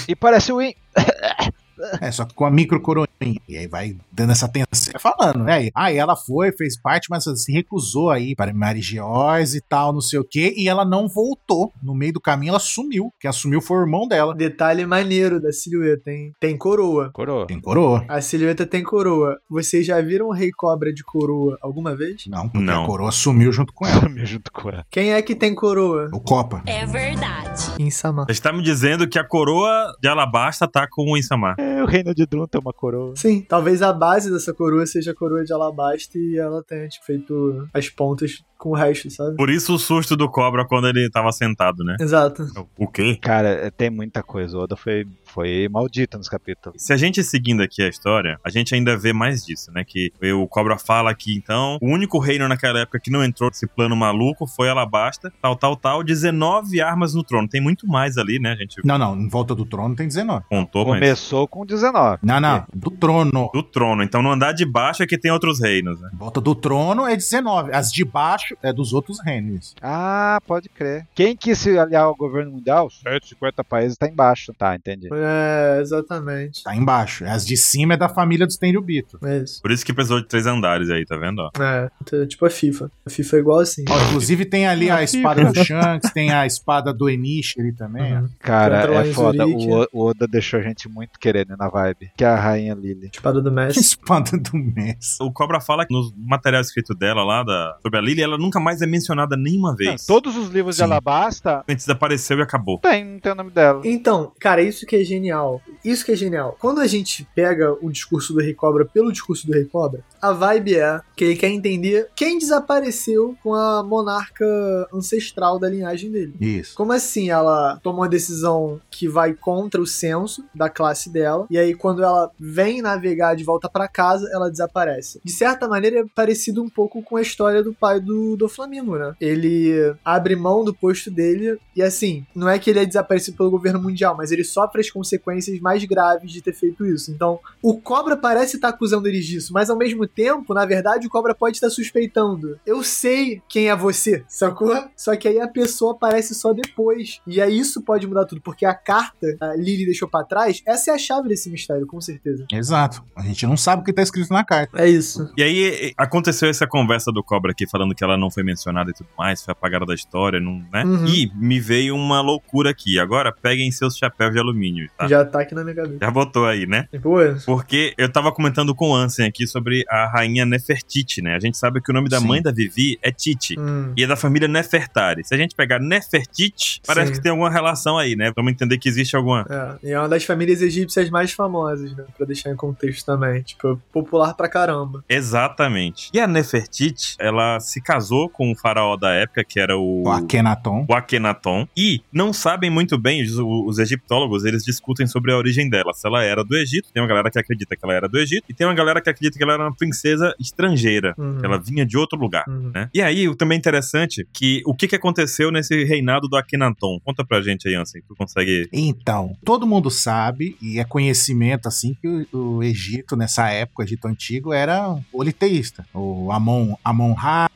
S3: E parece o In...
S2: É, só que com a micro coroinha. E aí vai dando essa tensão. Vai falando, né? E, Ah, e ela foi, fez parte, mas assim, se recusou aí para Mary George e tal, não sei o quê. E ela não voltou. No meio do caminho, ela sumiu. Quem assumiu foi o irmão dela.
S4: Detalhe maneiro da silhueta, hein? Tem coroa.
S3: Coroa.
S2: Quem coroa.
S4: A silhueta tem coroa. Vocês já viram o Rei Cobra de coroa alguma vez?
S2: Não, porque
S1: Não.
S2: a coroa sumiu junto com ela.
S3: Me junto com ela.
S4: Quem é que tem coroa?
S2: O Copa.
S5: É verdade.
S4: Insama.
S1: Você está me dizendo que a coroa de Alabasta tá com o Insamar.
S3: É, o reino de Drum tem uma coroa.
S4: Sim, talvez a base dessa coroa seja a coroa de alabasta e ela tenha tipo, feito as pontas com o resto, sabe?
S1: Por isso o susto do Cobra quando ele tava sentado, né?
S4: Exato.
S1: O quê?
S3: Cara, é, tem muita coisa. O Oda foi, foi maldito nos capítulos.
S1: Se a gente seguindo aqui a história, a gente ainda vê mais disso, né? Que o Cobra fala aqui, então, o único reino naquela época que não entrou nesse plano maluco foi Alabasta, tal, tal, tal, 19 armas no trono. Tem muito mais ali, né? A gente
S2: Não, não. Em volta do trono tem 19.
S1: contou, mas...
S3: Começou com 19.
S2: Não, não. Do trono.
S1: Do trono. Então, no andar de baixo é que tem outros reinos, né?
S2: Em volta do trono é 19. As de baixo é dos outros reinos.
S3: Ah, pode crer. Quem quis se aliar ao governo mundial? 150 países tá embaixo. Tá, entendi.
S4: É, exatamente.
S2: Tá embaixo. As de cima é da família dos Tenryubito.
S4: É isso.
S1: Por isso que precisou de três andares aí, tá vendo? ó?
S4: É, t- tipo a FIFA. A FIFA é igual assim.
S2: Ó, inclusive tem ali a espada do Shanks, tem a espada do Enish ali também. ó.
S4: Uhum. Contra
S3: Cara,
S4: lá
S3: é
S4: em
S3: foda.
S4: Zurique.
S3: O, O- o Oda deixou a gente muito querendo na vibe. Que é a rainha Lily.
S4: Espada do
S2: Que
S4: Messi.
S2: espada do Messi.
S1: O Cobra fala que no material escrito dela lá, da... sobre a Lily, ela nunca mais é mencionada nenhuma
S3: Não,
S1: vez.
S3: todos os livros de
S2: Sim.
S3: Alabasta
S1: Antes desapareceu e acabou.
S3: tem, não tem o nome dela.
S4: Então, cara, isso que é genial. Isso que é genial. Quando a gente pega o discurso do Rei Cobra pelo discurso do Rei Cobra, a vibe é que ele quer entender quem desapareceu com a monarca ancestral da linhagem dele.
S2: Isso.
S4: Como assim ela tomou uma decisão que vai contra o senso da classe dela, e aí quando ela vem navegar de volta pra casa, ela desaparece. De certa maneira é parecido um pouco com a história do pai do do, do Flamengo, né? Ele abre mão do posto dele e assim, não é que ele é desaparecido pelo governo mundial, mas ele sofre as consequências mais graves de ter feito isso. Então, o Cobra parece estar acusando eles disso, mas ao mesmo tempo, na verdade, o Cobra pode estar suspeitando. Eu sei quem é você, sacou? Só que aí a pessoa aparece só depois. E aí isso pode mudar tudo, porque a carta a Lily deixou pra trás, essa é a chave desse mistério, com certeza.
S2: Exato. A gente não sabe o que tá escrito na carta.
S4: É isso.
S1: E aí e- aconteceu essa conversa do Cobra aqui, falando que ela não foi mencionada e tudo mais, foi apagada da história, não, né?
S4: Uhum.
S1: E me veio uma loucura aqui. Agora peguem seus chapéus de alumínio, tá? Já,
S4: Já tá aqui na minha cabeça.
S1: botou aí, né?
S4: Tipo,
S1: Porque eu tava comentando com o Ansem aqui sobre a rainha Nefertiti, né? A gente sabe que o nome da
S2: Sim.
S1: mãe da Vivi é Titi.
S4: hum,
S1: E é da família Nefertari. Se a gente pegar Nefertiti, parece
S4: Sim.
S1: que tem alguma relação aí, né? Vamos entender que existe alguma.
S4: é. E é uma das famílias egípcias mais famosas, né? Pra deixar em contexto também. Tipo, popular pra caramba.
S1: Exatamente. E a Nefertiti, ela se casou com o faraó da época, que era o.
S2: O Akenaton.
S1: o Akhenaton, e não sabem muito bem, os, os egiptólogos, eles discutem sobre a origem dela, se ela era do Egito, tem uma galera que acredita que ela era do Egito, e tem uma galera que acredita que ela era uma princesa estrangeira,
S4: Uhum.
S1: que ela vinha de outro lugar.
S4: Uhum.
S1: né? E aí, o também interessante que o que, que aconteceu nesse reinado do Akhenaton? Conta pra gente aí, Ansem, tu consegue.
S2: Então, todo mundo sabe, e é conhecimento assim, que o, o Egito, nessa época, o Egito Antigo, era um politeísta. O Amon, Amon Ra,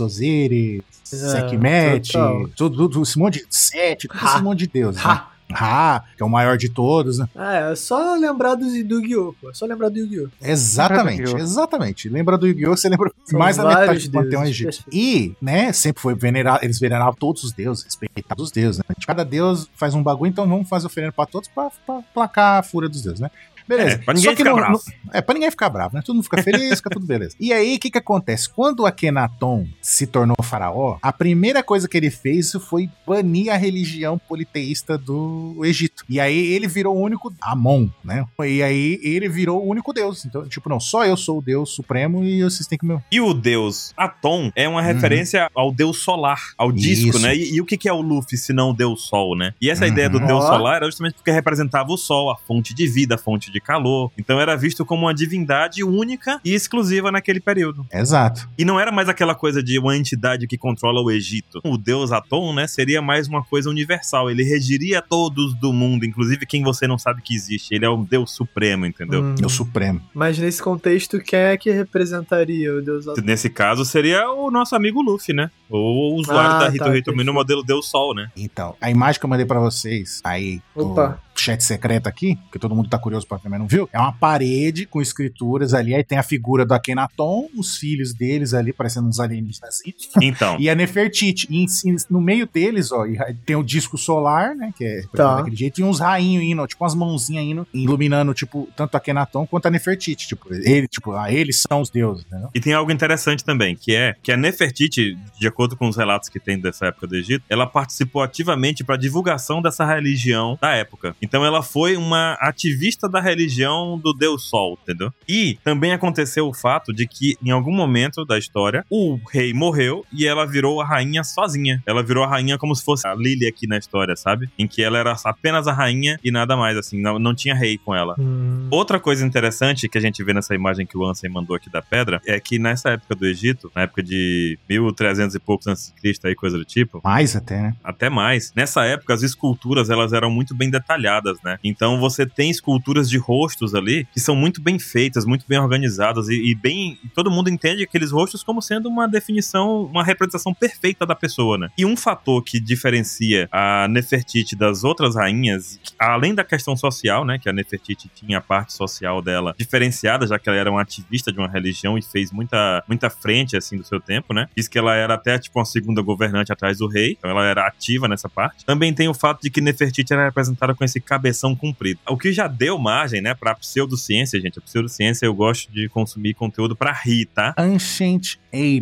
S2: Osíris, Sekhmet,
S4: total.
S2: tudo, tudo, esse monte de Sete, todo
S4: Ra.
S2: esse monte de deuses. né?
S4: Ha!
S2: Ra, que é o maior de todos, né?
S4: Ah, é só lembrar do, do Yu-Gi-Oh! pô. É Só lembrar do Yu-Gi-Oh!
S2: Exatamente,
S3: Yu-Gi-Oh!
S2: exatamente. Lembra do Yu-Gi-Oh! Você lembra
S4: São
S2: mais da metade
S4: vários
S2: do panteão
S4: deuses.
S2: egípcio. E, né, sempre foi venerado, eles veneravam todos os deuses, respeitavam os deuses, né? Cada deus faz um bagulho, então vamos fazer oferenda pra todos pra, pra placar a fúria dos deuses, né? Beleza.
S1: É, pra ninguém
S2: Só que
S1: ficar
S2: no-
S1: bravo.
S2: no- é, pra ninguém ficar bravo, né? Todo mundo fica feliz, fica tudo beleza. E aí, o que que acontece? Quando o Akenaton se tornou faraó, a primeira coisa que ele fez foi banir a religião politeísta do Egito. E aí, ele virou o único Amon, né? E aí, ele virou o único deus. Então, tipo, não, só eu sou o deus supremo e vocês têm que me
S1: E o deus Aton é uma
S2: Uhum.
S1: referência ao deus solar, ao disco,
S2: Isso.
S1: né? E, e o que, que é o Luffy se não o deus sol, né? E essa
S2: Uhum.
S1: ideia do deus
S4: Ó.
S1: solar era justamente porque representava o sol, a fonte de vida, a fonte de calor. Então era visto como uma divindade única e exclusiva naquele período.
S2: Exato.
S1: E não era mais aquela coisa de uma entidade que controla o Egito. O deus Aton, né, seria mais uma coisa universal. Ele regiria todos do mundo, inclusive quem você não sabe que existe. Ele é um deus supremo, entendeu?
S4: Hum.
S2: Eu supremo.
S4: Mas nesse contexto, quem é que representaria o Deus Atom?
S1: Nesse caso, seria o nosso amigo Luffy, né? Ou o usuário da
S4: Ah, tá,
S1: Rito Rito
S4: entendi.
S1: no modelo Deus Sol, né?
S2: Então, a imagem que eu mandei pra vocês aí do
S4: Opa.
S2: chat secreto aqui, que todo mundo tá curioso pra ver, mas não viu, é uma parede com escrituras ali, aí tem a figura do Akenaton, os filhos deles ali, parecendo uns alienígenas,
S1: Então,
S2: e a Nefertiti. E em cima- no meio deles, ó, e aí tem o disco solar, né, que é
S4: Tá.
S2: daquele jeito, e uns rainhos indo, tipo umas mãozinhas indo, iluminando, tipo, tanto a Akenaton quanto a Nefertiti, tipo, ele, tipo, ah, eles são os deuses, né?
S1: e tem algo interessante também, que é que a Nefertiti, de acordo com os relatos que tem dessa época do Egito, ela participou ativamente para divulgação dessa religião da época. Então ela foi uma ativista da religião do Deus Sol, entendeu? E também aconteceu o fato de que em algum momento da história, o rei morreu e ela virou a rainha sozinha. Ela virou a rainha como se fosse a Lily aqui na história, sabe? Em que ela era apenas a rainha e nada mais assim, não, não tinha rei com ela.
S4: Hum.
S1: Outra coisa interessante que a gente vê nessa imagem que o Ansem mandou aqui da pedra é que nessa época do Egito, na época de 1300 e poucos antes de Cristo aí, coisa do tipo,
S2: Mais até, né?
S1: até mais, nessa época as esculturas elas eram muito bem detalhadas, né? Então você tem esculturas de rostos ali que são muito bem feitas, muito bem organizadas e, e bem... e todo mundo entende aqueles rostos como sendo uma definição, uma representação perfeita da pessoa, né? E um fator que diferencia a Nefertiti das outras rainhas além da questão social, né, que a Nefertiti tinha a parte social dela diferenciada, já que ela era uma ativista de uma religião e fez muita, muita frente, assim, do seu tempo, né? Diz que ela era até, tipo, uma segunda governante atrás do rei, então ela era ativa nessa parte. Também tem o fato de que Nefertiti era representada com esse cabeção comprido, o que já deu margem, né, pra pseudociência, gente. A pseudociência eu gosto de consumir conteúdo pra rir, tá?
S2: Ancient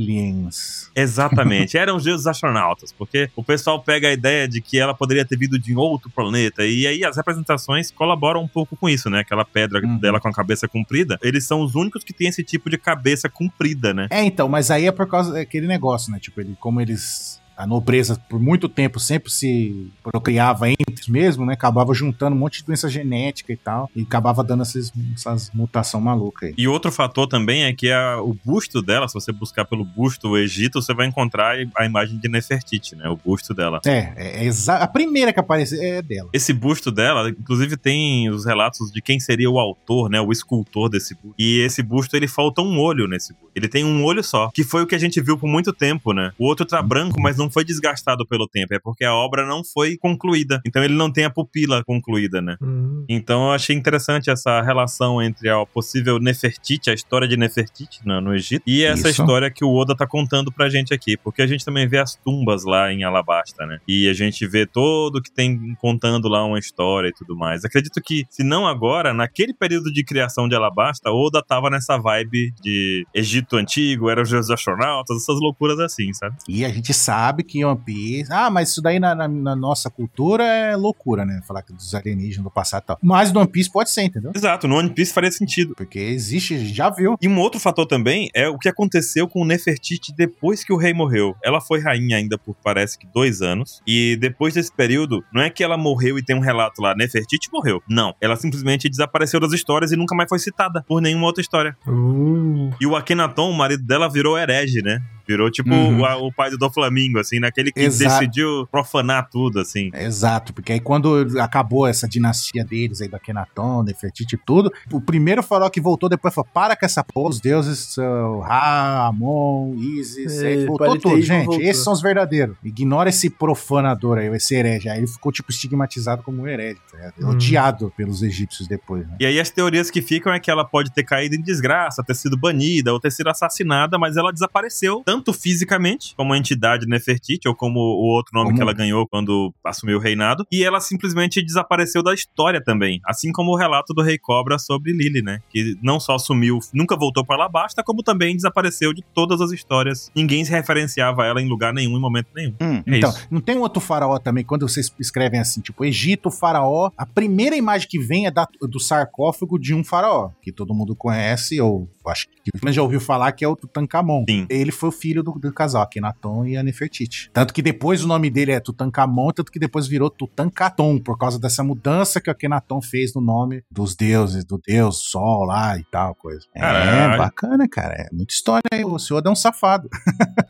S2: Aliens.
S1: Exatamente. Eram os deuses astronautas, porque o pessoal pega a ideia de que ela poderia ter vindo de um outro planeta, e aí as representações colaboram um pouco com isso, né? Aquela pedra
S2: Uhum.
S1: dela com a cabeça comprida, eles são os únicos que têm esse tipo de cabeça comprida, né?
S2: É, então, mas aí é por causa daquele negócio, né? Tipo, ele, como eles a nobreza por muito tempo sempre se procriava entre mesmo, né? Acabava juntando um monte de doença genética e tal. E acabava dando essas, essas mutação maluca aí.
S1: E outro fator também é que a- o busto dela, se você buscar pelo busto do Egito, você vai encontrar a imagem de Nefertiti, né? O busto dela.
S2: É, é, é exa- a primeira que aparece é dela.
S1: Esse busto dela, inclusive tem os relatos de quem seria o autor, né, o escultor desse busto. E esse busto, ele falta um olho nesse busto. Ele tem um olho só, que foi o que a gente viu por muito tempo, né? O outro tá branco, mas não foi desgastado pelo tempo, é porque a obra não foi concluída. Então ele não tem a pupila concluída, né?
S4: Hum.
S1: Então eu achei interessante essa relação entre a possível Nefertiti, a história de Nefertiti né, no Egito, e essa
S2: Isso.
S1: história que o Oda tá contando pra gente aqui, porque a gente também vê as tumbas lá em Alabasta, né? E a gente vê todo que tem contando lá uma história e tudo mais. Acredito que, se não agora, naquele período de criação de Alabasta, Oda tava nessa vibe de Egito antigo, eram os astronautas, essas loucuras assim, sabe?
S2: E a gente sabe que One Piece. Ah, mas isso daí na, na- na nossa cultura é loucura, né? Falar que dos alienígenas do passado e tal. Mas no One Piece pode ser, entendeu?
S1: Exato, no One Piece faria sentido.
S2: Porque existe, a gente já viu.
S1: E um outro fator também é o que aconteceu com Nefertiti depois que o rei morreu. Ela foi rainha ainda por parece que dois anos. E depois desse período, não é que ela morreu e tem um relato lá, Nefertiti morreu. Não. Ela simplesmente desapareceu das histórias e nunca mais foi citada por nenhuma outra história.
S4: Uh.
S1: E o Akhenaton, o marido dela, virou herege, né? Virou tipo
S2: Uhum.
S1: o, a- o pai do Flamengo, assim, naquele que
S2: Exato.
S1: decidiu profanar tudo, assim.
S2: É, Exato, porque aí quando acabou essa dinastia deles aí da Kenaton, Nefertiti e tudo, o primeiro farol que voltou depois falou: para com essa porra, os deuses são Ra, Amon, Isis,
S4: É,
S2: aí voltou
S4: politeísmo
S2: tudo, gente.
S4: voltou.
S2: Esses são os verdadeiros. Ignora esse profanador aí, esse herege. Aí ele ficou tipo estigmatizado como um herege, tá ligado?
S4: Hum.
S2: odiado pelos egípcios depois, né?
S1: E aí as teorias que ficam é que ela pode ter caído em desgraça, ter sido banida ou ter sido assassinada, mas ela desapareceu tanto fisicamente, como a entidade Nefertiti, ou como o outro nome
S2: Como?
S1: que ela ganhou quando assumiu o reinado, e ela simplesmente desapareceu da história também. Assim como o relato do Rei Cobra sobre Lily, né? Que não só sumiu, nunca voltou pra Alabasta, como também desapareceu de todas as histórias. Ninguém se referenciava a ela em lugar nenhum, em momento nenhum.
S2: Hum,
S1: É
S2: então,
S1: isso.
S2: não tem um outro faraó também, quando vocês escrevem assim, tipo, Egito, faraó, a primeira imagem que vem é da- do sarcófago de um faraó, que todo mundo conhece, ou acho que mas já ouviu falar que é o Tutankamon.
S1: Sim.
S2: Ele foi o filho do, do casal, Akhenaton e a Nefertiti. Tanto que depois o nome dele é Tutankamon, tanto que depois virou Tutankaton, por causa dessa mudança que o Akhenaton fez no nome dos deuses, do deus sol lá e tal, coisa.
S1: Caralho.
S2: É, bacana, cara. É muita história aí. O senhor é um safado.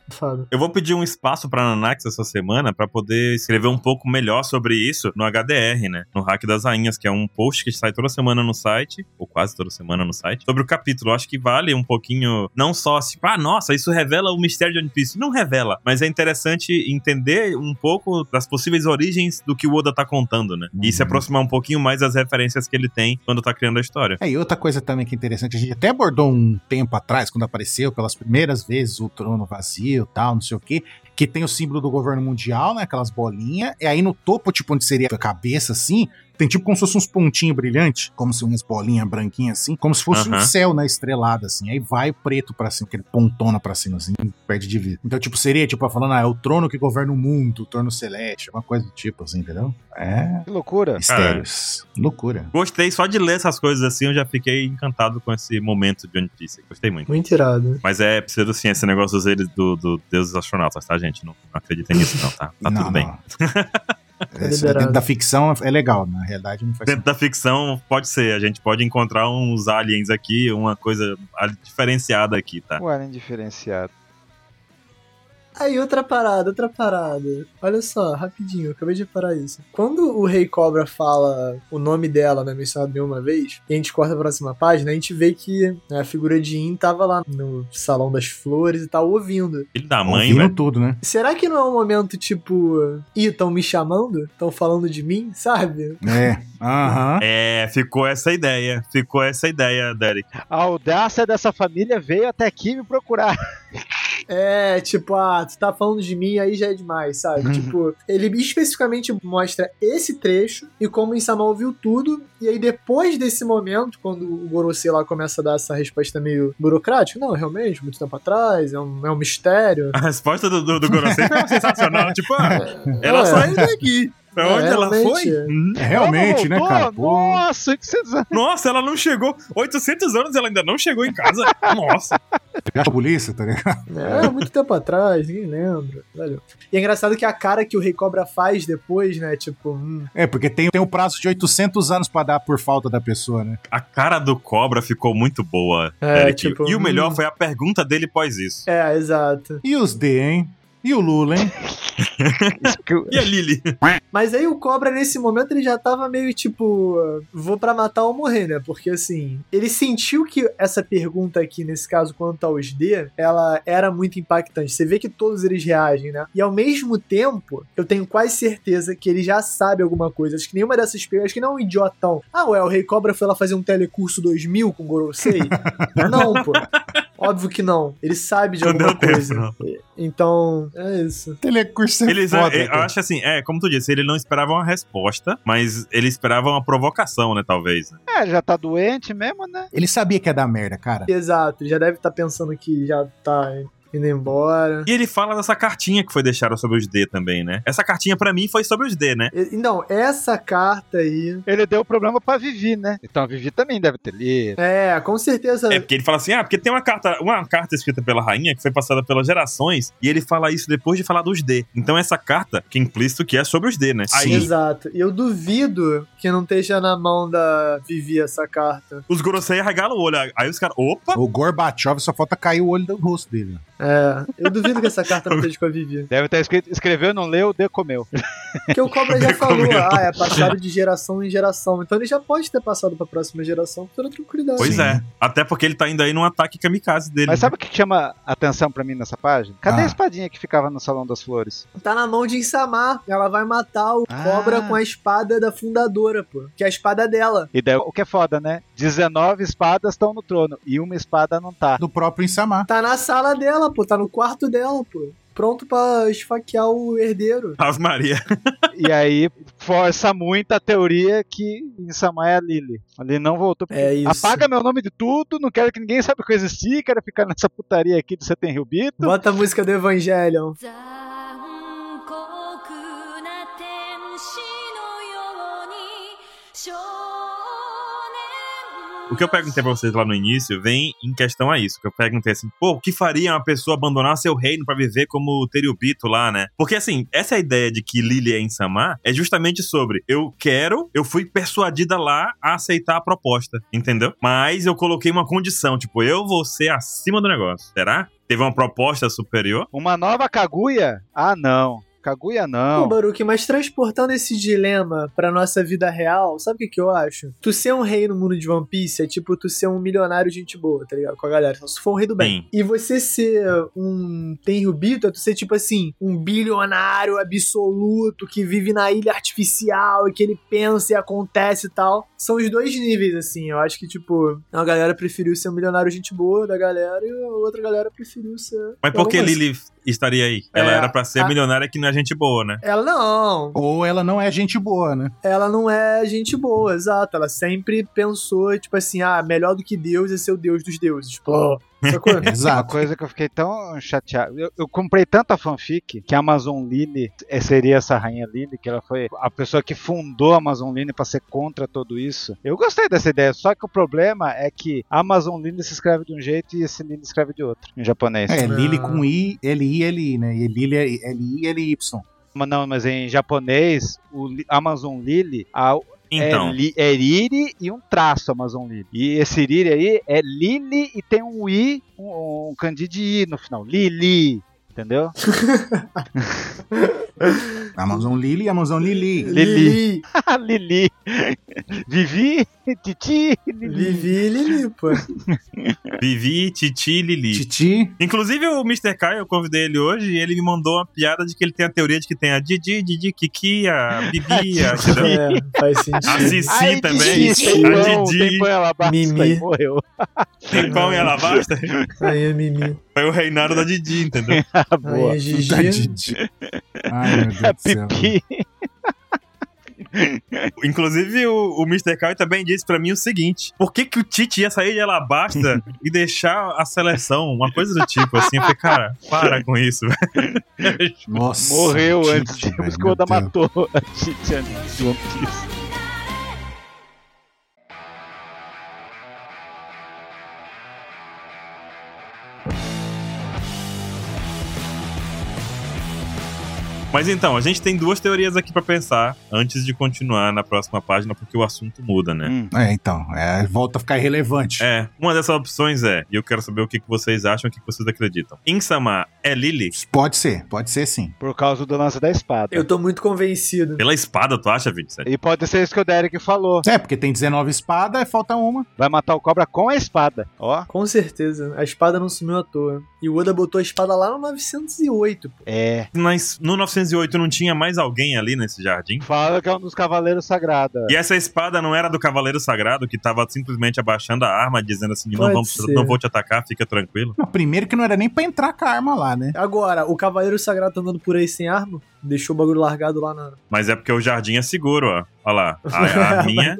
S4: Safado.
S1: Eu vou pedir um espaço pra Nanax essa semana pra poder escrever um pouco melhor sobre isso no HDR, né? No Hack das Rainhas, que é um post que sai toda semana no site, ou quase toda semana no site, sobre o capítulo. Eu Acho que vale um pouquinho, não só tipo, ah, nossa, isso revela o mistério de One Piece. Não revela, mas é interessante entender um pouco das possíveis origens do que o Oda tá contando, né? E se
S2: Uhum.
S1: aproximar um pouquinho mais das referências que ele tem quando tá criando a história.
S2: É, e outra coisa também que é interessante, a gente até abordou um tempo atrás, quando apareceu pelas primeiras vezes o trono vazio tal, não sei o quê, que tem o símbolo do governo mundial, né? Aquelas bolinhas, e aí no topo, tipo, onde seria a cabeça, assim, tem tipo como se fosse uns pontinhos brilhantes, como se umas bolinhas branquinhas, assim, como se fosse um
S1: Aham.
S2: céu, né? Estrelado, assim. Aí vai o preto pra cima, aquele pontona pra cima, assim, perde de vida. Então, tipo, seria, tipo, falando, ah, é o trono que governa o mundo, o trono celeste, uma coisa do tipo, assim, entendeu? É,
S3: Que loucura.
S2: mistérios. Loucura.
S1: Gostei, só de ler essas coisas assim, eu já fiquei encantado com esse momento de One Piece. Gostei muito.
S4: Muito irado.
S1: Mas é pseudociência, esse negócio dos eles- do, do Deus dos astronautas, tá, gente? Não, não acreditem nisso, não, tá? Tá tudo bem.
S2: Não. Isso
S4: liberado.
S2: É, dentro da ficção é legal, na realidade não faz
S1: Dentro
S2: sentido.
S1: da ficção, pode ser. A gente pode encontrar uns aliens aqui, uma coisa ali- diferenciada aqui, tá?
S3: Um alien diferenciado.
S4: Aí, outra parada, outra parada. Olha só, rapidinho, eu acabei de parar isso. Quando o Rei Cobra fala o nome dela, né, mencionado nenhuma vez, e a gente corta pra próxima página, a gente vê que né, a figura de In tava lá no Salão das Flores e tal, ouvindo.
S1: Filho da mãe,
S2: Ouvindo
S1: velho.
S2: tudo, né?
S4: Será que não é um momento tipo, ih, tão me chamando? Tão falando de mim, sabe?
S2: É. Aham.
S1: É, ficou essa ideia. Ficou essa ideia, Derek.
S3: A audácia dessa família veio até aqui me procurar.
S4: É, tipo, ah, tu tá falando de mim, aí já é demais, sabe? tipo, ele especificamente mostra esse trecho e como o Insama ouviu tudo. E aí, depois desse momento, quando o Gorosei lá começa a dar essa resposta meio burocrática, não, realmente, muito tempo atrás, é um, é um mistério.
S1: A resposta do, do, do Gorosei foi sensacional. Tipo, ah, ela
S4: É.
S1: saiu daqui. Pra
S4: É,
S1: onde ela
S4: realmente.
S1: foi? Hum.
S2: É, Realmente, né,
S3: Ela
S2: cara?
S3: voltou?
S2: Pô.
S3: Nossa, que sensação.
S1: Nossa, ela não chegou. 800 anos ela ainda não chegou em casa. Nossa.
S2: pegar a polícia, tá ligado?
S4: É, muito tempo atrás, ninguém lembra. Valeu. E é engraçado que a cara que o Rei Cobra faz depois, né? Tipo, hum,
S2: É, porque tem, tem um prazo de 800 anos pra dar por falta da pessoa, né?
S1: A cara do cobra ficou muito boa,
S4: É,
S1: Eric.
S4: tipo,
S1: e o melhor
S4: hum.
S1: foi a pergunta dele pós isso.
S4: é, exato.
S2: E os D, hein? E o Lula, hein?
S1: E a Lily?
S4: Mas aí o Cobra, nesse momento, ele já tava meio tipo, vou pra matar ou morrer, né? Porque assim, ele sentiu que essa pergunta aqui, nesse caso, quanto aos D, ela era muito impactante. Você vê que todos eles reagem, né? E ao mesmo tempo, eu tenho quase certeza que ele já sabe alguma coisa. Acho que nenhuma dessas perguntas, acho que não é um idiotão. Ah, ué, o Rei Cobra foi lá fazer um telecurso 2000 com o Gorosei? não, pô. Óbvio que não. Ele sabe de
S1: Não deu
S4: alguma
S1: tempo,
S4: coisa.
S1: não.
S4: Então, é isso.
S2: Telecurso é
S1: Eles,
S2: foda,
S1: é, eu
S2: cara.
S1: acho assim, é, como tu disse, ele não esperava uma resposta, mas ele esperava uma provocação, né, talvez. né?
S3: É, já tá doente mesmo, né?
S2: Ele sabia que ia dar merda, cara.
S4: Exato, ele já deve estar pensando que já tá indo embora.
S1: E ele fala dessa cartinha que foi deixada sobre os D também, né? Essa cartinha pra mim foi sobre os D, né?
S4: E- Não, essa carta aí.
S3: Ele deu problema pra Vivi, né? Então a Vivi também deve ter lido.
S4: É, com certeza.
S1: É porque ele fala assim: "Ah, porque tem uma carta, uma carta escrita pela rainha que foi passada pelas gerações", e ele fala isso depois de falar dos D. Então essa carta, que é implícito que é sobre os D, né? Aí
S4: Exato. E eu duvido que não esteja na mão da Vivi essa carta.
S1: os Gorosei arregalam o olho. Aí os caras, opa,
S2: O Gorbachev só falta cair o olho do rosto dele. né?
S4: É, eu duvido que essa carta não esteja com a Vivi.
S3: Deve ter escrito, escreveu, não leu, de comeu.
S4: Porque o Cobra já falou,
S1: Comeu.
S4: ah, é passado de geração em geração. Então ele já pode ter passado pra próxima geração com toda tranquilidade.
S1: Pois
S2: Sim.
S1: é. Até porque ele tá indo aí num ataque kamikaze dele. né?
S3: Mas sabe o que chama atenção pra mim nessa página? Cadê
S2: Ah.
S3: a espadinha que ficava no Salão das Flores?
S4: Tá na mão de Insamar. Ela vai matar o
S3: Ah.
S4: Cobra com a espada da fundadora, pô. Que é a espada dela.
S3: E daí, o que é foda, né? 19 espadas estão no trono e uma espada não tá.
S2: Do próprio Insamar.
S4: Tá na sala dela, pô. Tá no quarto dela, pô. Pronto pra esfaquear o herdeiro.
S1: Ave Maria.
S3: E aí força muito a teoria que Insama é a Lily. Ali não voltou.
S4: É isso.
S3: Apaga meu nome de tudo, não quero que ninguém saiba que eu existi, quero ficar nessa putaria aqui de você tem Rio Bito.
S4: Bota a música do Evangelion.
S5: 残酷な天使のように少年
S1: O que eu perguntei pra vocês lá no início vem em questão a isso. Que eu perguntei assim, pô, o que faria uma pessoa abandonar seu reino pra viver como o Teriubito lá, né? Porque assim, essa ideia de que Lily é Insama é justamente sobre eu quero, eu fui persuadida lá a aceitar a proposta, entendeu? Mas eu coloquei uma condição, tipo, eu vou ser acima do negócio. Será? Teve uma proposta superior?
S3: Uma nova Kaguya? Ah, não. Kaguya
S4: Pô,
S3: não.
S4: Baruque, mas transportando esse dilema pra nossa vida real, sabe o que, que eu acho? Tu ser um rei no mundo de One Piece é tipo tu ser um milionário gente boa, tá ligado? Com a galera. Só se for um rei do bem.
S1: Bem,
S4: E você ser um Tenryubito é tu ser tipo assim, um bilionário absoluto que vive na ilha artificial e que ele pensa e acontece e tal. São os dois níveis, assim. Eu acho que, tipo, a galera preferiu ser um milionário gente boa da galera e a outra galera preferiu ser.
S1: mas por que
S4: alguma
S1: Lily estaria aí? Ela
S4: É,
S1: era pra ser
S4: a-
S1: milionária que não é gente boa, né?
S4: Ela não,
S2: Ou ela não é gente boa, né?
S4: ela não é gente boa, exato. Ela sempre pensou, tipo assim, ah, melhor do que Deus é ser o Deus dos deuses. Pô, sacou?
S3: É Uma
S2: Exato.
S3: coisa que eu fiquei tão chateado. Eu, eu comprei tanta fanfic que a Amazon Lily eh, seria essa rainha Lily, que ela foi a pessoa que fundou a Amazon Lily pra ser contra tudo isso. Eu gostei dessa ideia, só que o problema é que a Amazon Lily se escreve de um jeito e esse Lily escreve de outro, em japonês.
S2: É, Lily
S4: Ah.
S2: com I, L-I, L-I, né? E Lily é L-I, L-Y.
S3: Mas não, mas em japonês, o Li- Amazon Lily a-
S1: Então.
S3: é, li, é Riri e um traço Amazon Lily. E esse Riri aí é Lily e tem um I, um, um candido I no final. Lili, entendeu?
S2: Amazon Lily, Amazon Lily.
S3: Lili. Ah, Lili. Vivi, Titi, Lili.
S4: Vivi e Lili, pô.
S1: Vivi, Titi e Lili.
S2: Titi.
S1: Inclusive, o Mr. Kai, eu convidei ele hoje e ele me mandou uma piada de que ele tem a teoria de que tem a Didi, Didi, Kiki, a Bibi, a, entendeu?
S4: É, faz
S1: a
S4: sentido.
S1: Cici
S3: Ai,
S1: também,
S3: Titi, tem pão,
S1: a Didi,
S3: tem pão, ela basta
S4: Mimi.
S3: e morreu.
S1: Tempão e Alabasta.
S4: Aí é Mimi.
S1: Foi o reinado da Didi, entendeu?
S3: Ah,
S4: Aí
S3: boa.
S2: Da
S4: é Gigi.
S2: Didi. Ai, meu
S3: É,
S2: Deus do céu.
S3: Pipi.
S1: Inclusive, o, o Mr. Kai também disse pra mim o seguinte: por que, que o Titi ia sair de Alabasta e deixar a seleção? Uma coisa do tipo, assim. Eu falei, cara, para com isso. velho.
S2: Nossa.
S3: Morreu
S2: Titi,
S3: antes. de- Por
S2: velho,
S3: isso que o Oda
S2: meu Deus.
S3: matou a Titi é antes de One Piece.
S1: Mas então, a gente tem duas teorias aqui pra pensar antes de continuar na próxima página, porque o assunto muda, né?
S3: Hum.
S2: É, então. é, volta a ficar irrelevante.
S1: É, uma dessas opções é, e eu quero saber o que que vocês acham, o que que vocês acreditam. Insama é Lily?
S2: Pode ser, pode ser sim.
S3: Por causa do lance da espada.
S4: Eu tô muito convencido.
S1: Pela espada, tu acha, 27?
S3: E pode ser isso que o Derek falou.
S2: É, porque tem 19 espadas e falta uma.
S3: Vai matar o cobra com a espada. Ó.
S4: Com certeza. A espada não sumiu à toa. E o Oda botou a espada lá no 908. pô.
S3: É.
S1: Mas no 908 não tinha mais alguém ali nesse jardim?
S3: Fala que é um dos cavaleiros sagrados.
S1: E essa espada não era do Cavaleiro Sagrado, que tava simplesmente abaixando a arma, dizendo assim: não,
S4: Pode
S1: vamos,
S4: ser.
S1: não vou te atacar, fica tranquilo.
S2: Não, primeiro que não era nem pra entrar com a arma lá, né?
S4: Agora, o Cavaleiro Sagrado tá andando por aí sem arma? Deixou o bagulho largado lá na.
S1: Mas é porque o jardim é seguro, ó. Olha lá. A, a minha.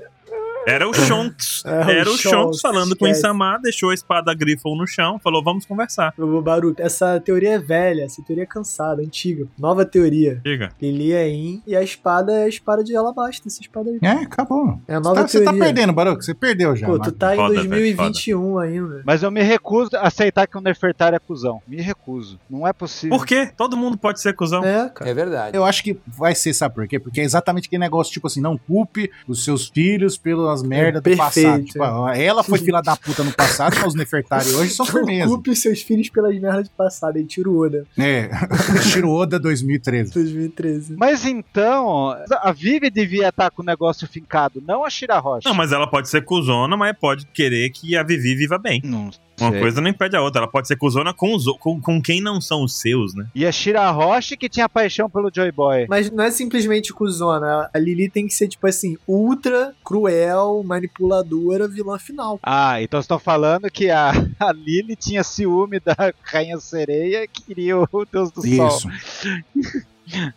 S1: Era o Shonks.
S4: É, o
S1: Era o Shonks
S4: Shonks,
S1: falando com o
S4: esquece.
S1: Insamar, deixou a espada Griffon no chão, falou: vamos conversar.
S4: Ô, Baru, essa teoria é velha, essa teoria é cansada, antiga. Nova teoria.
S1: Diga.
S4: Lili é in e a espada é a espada de alabasta, essa espada aí.
S2: É, acabou.
S4: É a
S2: Você
S4: nova
S2: tá, você
S4: teoria.
S2: tá perdendo, Baruco. Você perdeu já.
S4: Pô, tu
S2: Magno.
S4: tá em
S1: Foda, velho,
S4: 2021 ainda.
S3: Mas eu me recuso a aceitar que o Nefertari é cuzão. Me recuso. Não é possível.
S1: Por quê? Todo mundo pode ser
S2: Então,
S1: cuzão.
S4: É, cara.
S7: É verdade.
S2: Eu acho que vai ser, sabe por quê? Porque é exatamente aquele negócio, tipo assim, não culpe os seus filhos pelas merdas do
S4: perfeito,
S2: passado.
S4: é.
S2: Tipo, ah, ela foi fila da puta no passado, mas os Nefertari hoje são
S4: Não
S2: firmeza.
S4: culpe os seus filhos pelas merdas de passado, aí tira o Oda.
S2: É, Shiro Oda 2013.
S4: 2013.
S3: Mas então, a Vivi devia estar com o negócio fincado, não a Shira Rocha.
S1: Não, mas ela pode ser cuzona, mas pode querer que a Vivi viva bem.
S3: Não
S1: Uma
S3: sei.
S1: coisa não impede a outra. Ela pode ser cuzona com, os, o- com, com quem não são os seus, né?
S3: E a Shira Rocha que tinha paixão pelo Joy Boy.
S4: Mas não é simplesmente cuzona. A Lili tem que ser, tipo assim, ultra, cruel, manipuladora, vilã final.
S3: Ah, então estão falando que a, a Lily tinha ciúme da Rainha Sereia e queria o Deus do Sol.
S2: Isso.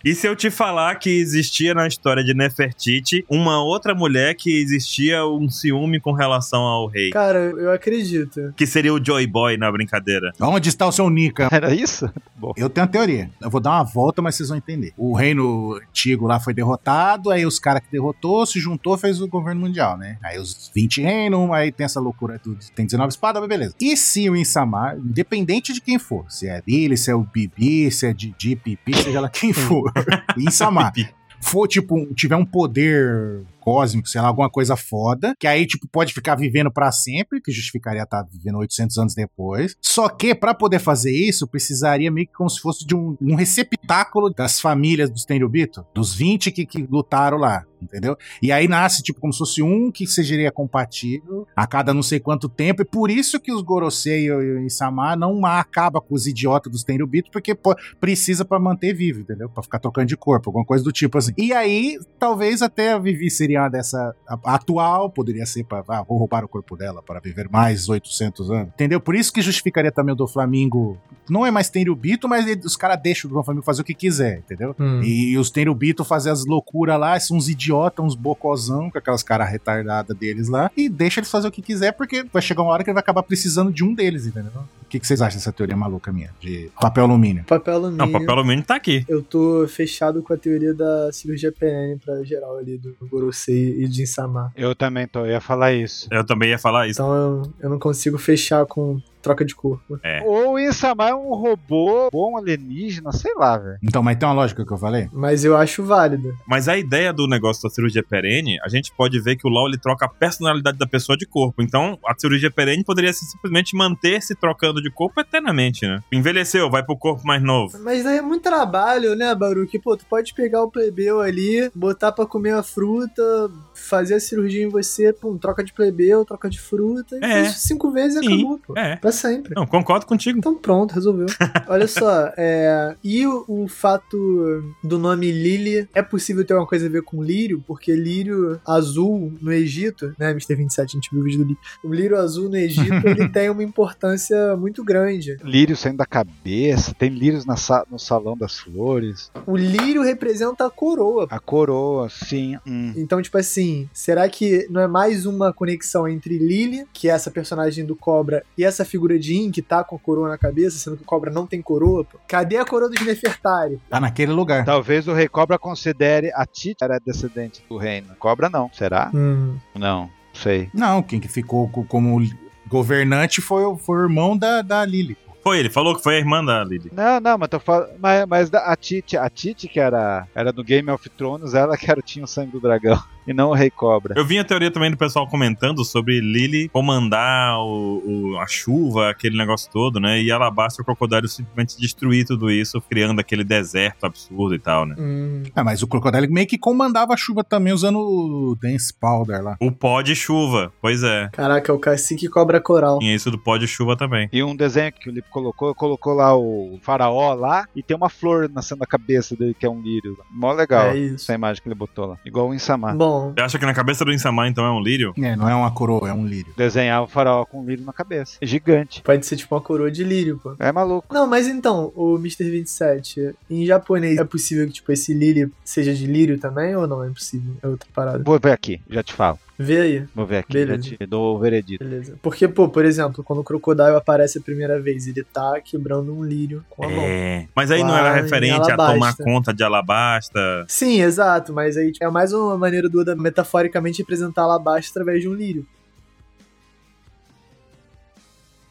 S1: E se eu te falar que existia na história de Nefertiti uma outra mulher que existia um ciúme com relação ao rei?
S4: Cara, eu acredito.
S1: Que seria o Joy Boy na brincadeira.
S2: Onde está o seu Nika?
S3: Era isso?
S2: Eu tenho a teoria. Eu vou dar uma volta, mas vocês vão entender. O reino antigo lá foi derrotado, aí os caras que derrotou se juntou, fez o governo mundial, né? Aí os 20 reinos, aí tem essa loucura do tem 19 espadas, mas beleza. E se o Insamar, independente de quem for, se é Billy, se é o Bibi, se é Didi, Pipi, seja lá quem for, o Insamar for, tipo, um- tiver um poder cósmico, sei lá, alguma coisa foda, que aí, tipo, pode ficar vivendo pra sempre, que justificaria estar vivendo 800 anos depois. Só que, pra poder fazer isso, precisaria meio que como se fosse de um, um receptáculo das famílias dos Tenryubito, dos 20 que, que lutaram lá, entendeu? E aí nasce, tipo, como se fosse um que seria compatível a cada não sei quanto tempo, e por isso que os Gorosei e o Insama não acaba com os idiotas dos Tenryubito, porque, pô, precisa pra manter vivo, entendeu? Pra ficar trocando de corpo, alguma coisa do tipo assim. E aí, talvez até a Vivi seria uma dessa a- a atual, poderia ser pra, ah, vou roubar o corpo dela para viver mais 800 anos, entendeu? Por isso que justificaria também o do Flamingo. Não é mais Tenryubito, mas ele- os caras deixam o do Flamingo fazer o que quiser, entendeu?
S4: Hum.
S2: E os Tenryubito fazer as loucuras lá, são uns idiotas, uns bocozão, com aquelas caras retardadas deles lá, e deixa eles fazer o que quiser, porque vai chegar uma hora que ele vai acabar precisando de um deles, entendeu? O que, que vocês acham dessa teoria maluca minha? De papel alumínio.
S4: Papel alumínio.
S1: Não, o papel alumínio tá aqui.
S4: Eu tô fechado com a teoria da cirurgia PN pra geral ali do Gorosei e de Insama.
S3: Eu também tô, eu ia falar isso.
S1: Eu também ia falar isso.
S4: Então eu, eu não consigo fechar com troca de corpo.
S1: É.
S3: Ou o Insamar é um robô, ou um alienígena, sei lá, velho.
S2: Então, mas tem uma lógica que eu falei?
S4: Mas eu acho válida.
S1: Mas a ideia do negócio da cirurgia perene, a gente pode ver que o LOL ele troca a personalidade da pessoa de corpo. Então, a cirurgia perene poderia ser simplesmente manter-se trocando de corpo eternamente, né? Envelheceu, vai pro corpo mais novo.
S4: Mas aí é muito trabalho, né, Baruque? Pô, tu pode pegar o plebeu ali, botar pra comer a fruta, fazer a cirurgia em você, pum, troca de plebeu, troca de fruta, e
S1: É.
S4: faz isso cinco vezes e
S1: Sim.
S4: acabou, pô.
S1: É.
S4: Pra sempre.
S1: Não, concordo contigo.
S4: Então pronto, resolveu. Olha só, é, e o, o fato do nome Lily é possível ter alguma coisa a ver com lírio? Porque lírio azul no Egito, né, Mr. 27, a gente viu o vídeo do lírio. O lírio azul no Egito, ele tem uma importância muito grande.
S3: Lírio saindo da cabeça, tem lírios na sa- no salão das flores.
S4: O lírio representa a coroa.
S3: A coroa, sim. hum.
S4: Então, tipo assim, será que não é mais uma conexão entre Lily, que é essa personagem do Cobra, e essa figura de In, que tá com a coroa na cabeça, sendo que o Cobra não tem coroa, pô? Cadê a coroa dos Nefertari?
S2: Tá naquele lugar.
S3: Talvez o Rei Cobra considere a Tite era descendente do reino. Cobra não, será?
S4: Hum,
S3: Não, não sei.
S2: Não, quem que ficou co- como governante foi, o- foi o irmão da, da Lily.
S1: Foi, ele falou que foi a irmã da Lily.
S3: Não, não, mas tô falando. Mas, mas da- a Tite, a Tite que era, era do Game of Thrones, ela que era, tinha o sangue do dragão e não o Rei Cobra.
S1: Eu vi a teoria também do pessoal comentando sobre Lily comandar o, o- a chuva, aquele negócio todo, né? E Alabasta e o Crocodile simplesmente destruir tudo isso, criando aquele deserto absurdo e tal, né?
S4: Hum.
S2: Ah, mas o Crocodile meio que comandava a chuva também usando o Dance Powder lá.
S1: O pó de chuva, pois é.
S4: Caraca, é o cacique cobra coral.
S1: Tinha isso do pó de chuva também.
S3: E um desenho que o Lipe colocou, colocou lá o faraó lá e tem uma flor nascendo na cabeça dele, que é um lírio. Mó legal
S4: É isso. Hum.
S3: essa imagem que ele botou lá. Igual o Insama.
S4: Bom,
S1: Você acha que na cabeça do Insamar, então, é um lírio?
S2: É, não é uma coroa, é um lírio.
S3: Desenhava o faraó com um lírio na cabeça. Gigante.
S4: pode ser tipo uma coroa de lírio, pô.
S3: É maluco.
S4: Não, mas então, o Mr. 27, em japonês é possível que tipo esse lírio seja de lírio também ou não? É impossível, é outra parada.
S3: Vou ver aqui, já te falo.
S4: Vê aí.
S3: Vou ver aqui,
S4: Beleza.
S3: já te dou o veredito.
S4: Beleza. Porque, pô, por exemplo, quando o crocodilo aparece a primeira vez, ele tá quebrando um lírio com a mão.
S1: É. Mas aí não era
S4: Lá em
S1: referente a
S4: Alabasta.
S1: tomar conta de Alabasta.
S4: Sim, exato, mas aí tipo, é mais uma maneira do Oda metaforicamente representar a alabasta através de um lírio.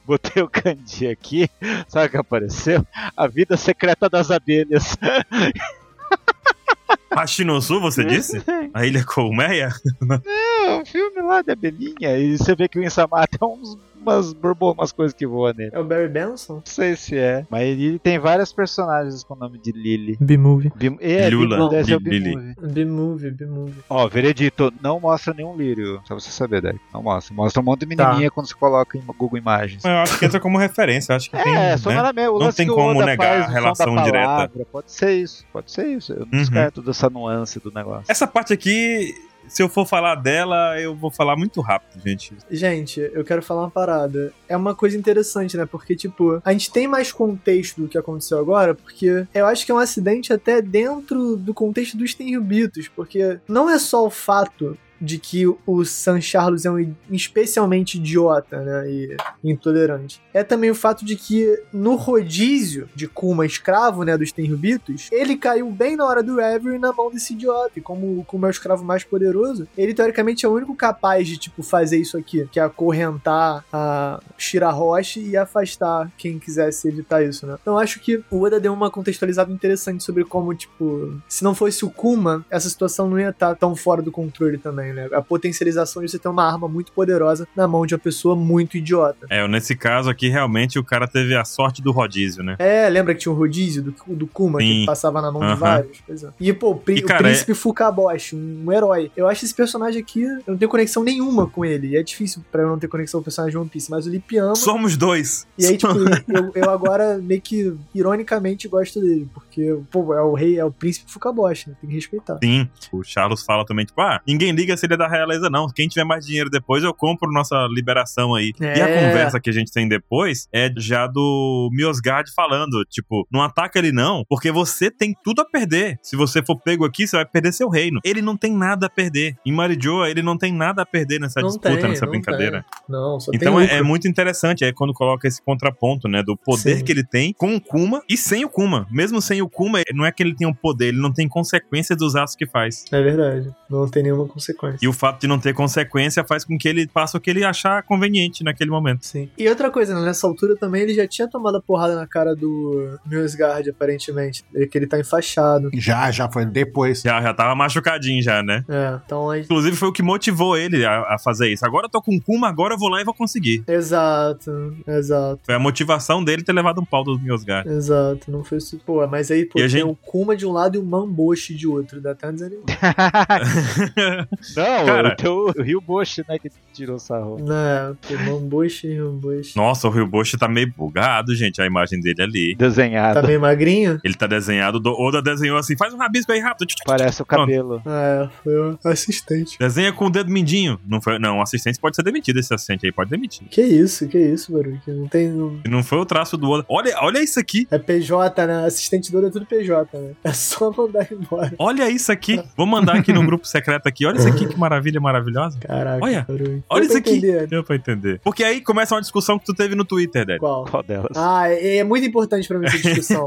S3: Botei o kanji aqui, sabe o que apareceu? A vida secreta das abelhas.
S1: Hashinosu, você disse? A Ilha Colmeia?
S3: É um filme lá de abelhinha, e você vê que o Insama tem uns, umas borbom, umas coisas que voam nele.
S4: É o Barry Benson?
S3: Não sei se é, mas ele tem várias personagens com o nome de Lily.
S4: B-Movie.
S3: Bim, é,
S1: Lula.
S3: Bim- deve ser o
S1: Lili.
S3: Bimove.
S4: B-Movie, B-Movie.
S3: Ó, veredito, não mostra nenhum lírio, só você saber daí. Não mostra. Mostra um monte de menininha quando você coloca em Google Imagens.
S1: Eu acho que entra como referência. Eu acho que tem.
S3: É, só
S1: né?
S3: nada mesmo. O
S1: Não
S3: lance
S1: tem
S3: que o
S1: como
S3: Oda
S1: negar
S3: faz,
S1: a
S3: o som da
S1: relação direta.
S3: palavra, Pode ser isso, pode ser isso. Eu
S1: Uhum.
S3: não descarto dessa nuance do negócio.
S1: Essa parte aqui, se eu for falar dela, eu vou falar muito rápido, gente.
S4: Gente, eu quero falar uma parada. É uma coisa interessante, né? Porque, tipo, a gente tem mais contexto do que aconteceu agora, porque eu acho que é um acidente até dentro do contexto dos Tenryubitos, porque não é só o fato de que o San Charles é um especialmente idiota, né, e intolerante. É também o fato de que no rodízio de Kuma escravo, né, dos Tenryubitos, ele caiu bem na hora do Avery na mão desse idiota. E como o Kuma é o escravo mais poderoso, ele teoricamente é o único capaz de, tipo, fazer isso aqui, que é acorrentar a Shirahoshi e afastar quem quisesse evitar isso, né. Então acho que o Oda deu uma contextualizada interessante sobre como, tipo, se não fosse o Kuma, essa situação não ia estar tão fora do controle também, né. A potencialização de você ter uma arma muito poderosa na mão de uma pessoa muito idiota.
S1: É, nesse caso aqui, realmente, o cara teve a sorte do rodízio, né?
S4: É, lembra que tinha um rodízio do, do Kuma
S1: Sim.
S4: que passava na mão
S1: Aham.
S4: de vários? Pois é. E, pô, o, pri-
S1: E, cara, é-
S4: o príncipe Fukaboshi, um herói. Eu acho esse personagem aqui, eu não tenho conexão nenhuma com ele. E é difícil pra eu não ter conexão com o personagem de One Piece, mas o Lip ama.
S1: Somos dois.
S4: E aí, tipo, eu, eu agora meio que ironicamente gosto dele, porque, pô, é o rei, é o príncipe Fukaboshi, né? Tem que respeitar.
S1: Sim, o Charles fala também, tipo, ah, ninguém liga se ele é da realeza, não. Quem tiver mais dinheiro depois, eu compro nossa liberação aí.
S4: É.
S1: E a conversa que a gente tem depois é já do Miosgard falando, tipo, não ataca ele não, porque você tem tudo a perder. Se você for pego aqui, você vai perder seu reino. Ele não tem nada a perder. Em Marijoa, ele não tem nada a perder nessa
S4: Não
S1: disputa,
S4: tem,
S1: nessa
S4: não
S1: brincadeira.
S4: tem. Não, só
S1: Então
S4: tem
S1: é, é
S4: lucro.
S1: muito interessante aí quando coloca esse contraponto, né? Do poder
S4: Sim.
S1: que ele tem com o Kuma e sem o Kuma. Mesmo sem o Kuma, não é que ele tem um poder, ele não tem consequência dos atos que faz.
S4: É verdade. Não tem nenhuma consequência.
S1: E o fato de não ter consequência faz com que ele faça o que ele achar conveniente naquele momento.
S4: Sim. E outra coisa, né, nessa altura também ele já tinha tomado a porrada na cara do Milsgard, aparentemente. É que ele tá enfaixado.
S2: Já, já foi depois.
S1: Já, já tava machucadinho já, né?
S4: É, então aí.
S1: Inclusive foi o que motivou ele a, a fazer isso. Agora eu tô com o Kuma, agora eu vou lá e vou conseguir.
S4: Exato, exato,
S1: Foi a motivação dele ter levado um pau do Miosgar.
S4: exato. Não foi isso. Pô, mas aí, pô,
S1: E a
S4: tem
S1: gente-
S4: o Kuma de um lado e o Mamboshi de outro. Dá até um desanimado.
S3: não,
S1: Cara.
S3: o teu- o Rio Bosch, né, que tirou sarro.
S4: né, pô, Mamboshi e Mamboshi.
S1: Nossa, o Ryuboshi tá meio bugado, gente, a imagem dele ali.
S3: Desenhado.
S4: Tá meio magrinho?
S1: Ele tá desenhado, do... Oda desenhou assim, faz um rabisco aí rápido.
S3: Parece o cabelo.
S4: É, foi o assistente.
S1: Desenha com o dedo mindinho. Não, foi, não, o assistente pode ser demitido, esse assistente aí pode demitir.
S4: Que isso, que isso, Baruque. Não tem. não-
S1: E Não foi o traço do Oda. Olha, olha isso aqui.
S4: É PJ, né? Assistente do Oda é tudo PJ, né? É só mandar embora.
S1: Olha isso aqui. Vou mandar aqui no grupo secreto aqui. Olha isso aqui, que maravilha maravilhosa.
S4: Caraca,
S1: Olha,
S4: Baruque.
S1: Olha
S4: Deu
S1: isso
S4: pra
S1: aqui.
S4: entender. né?
S1: Deu pra entender. Porque aí começa uma discussão que tu teve no Twitter, Dad.
S4: Qual?
S3: Qual delas?
S4: Ah, é, é muito importante pra mim essa discussão.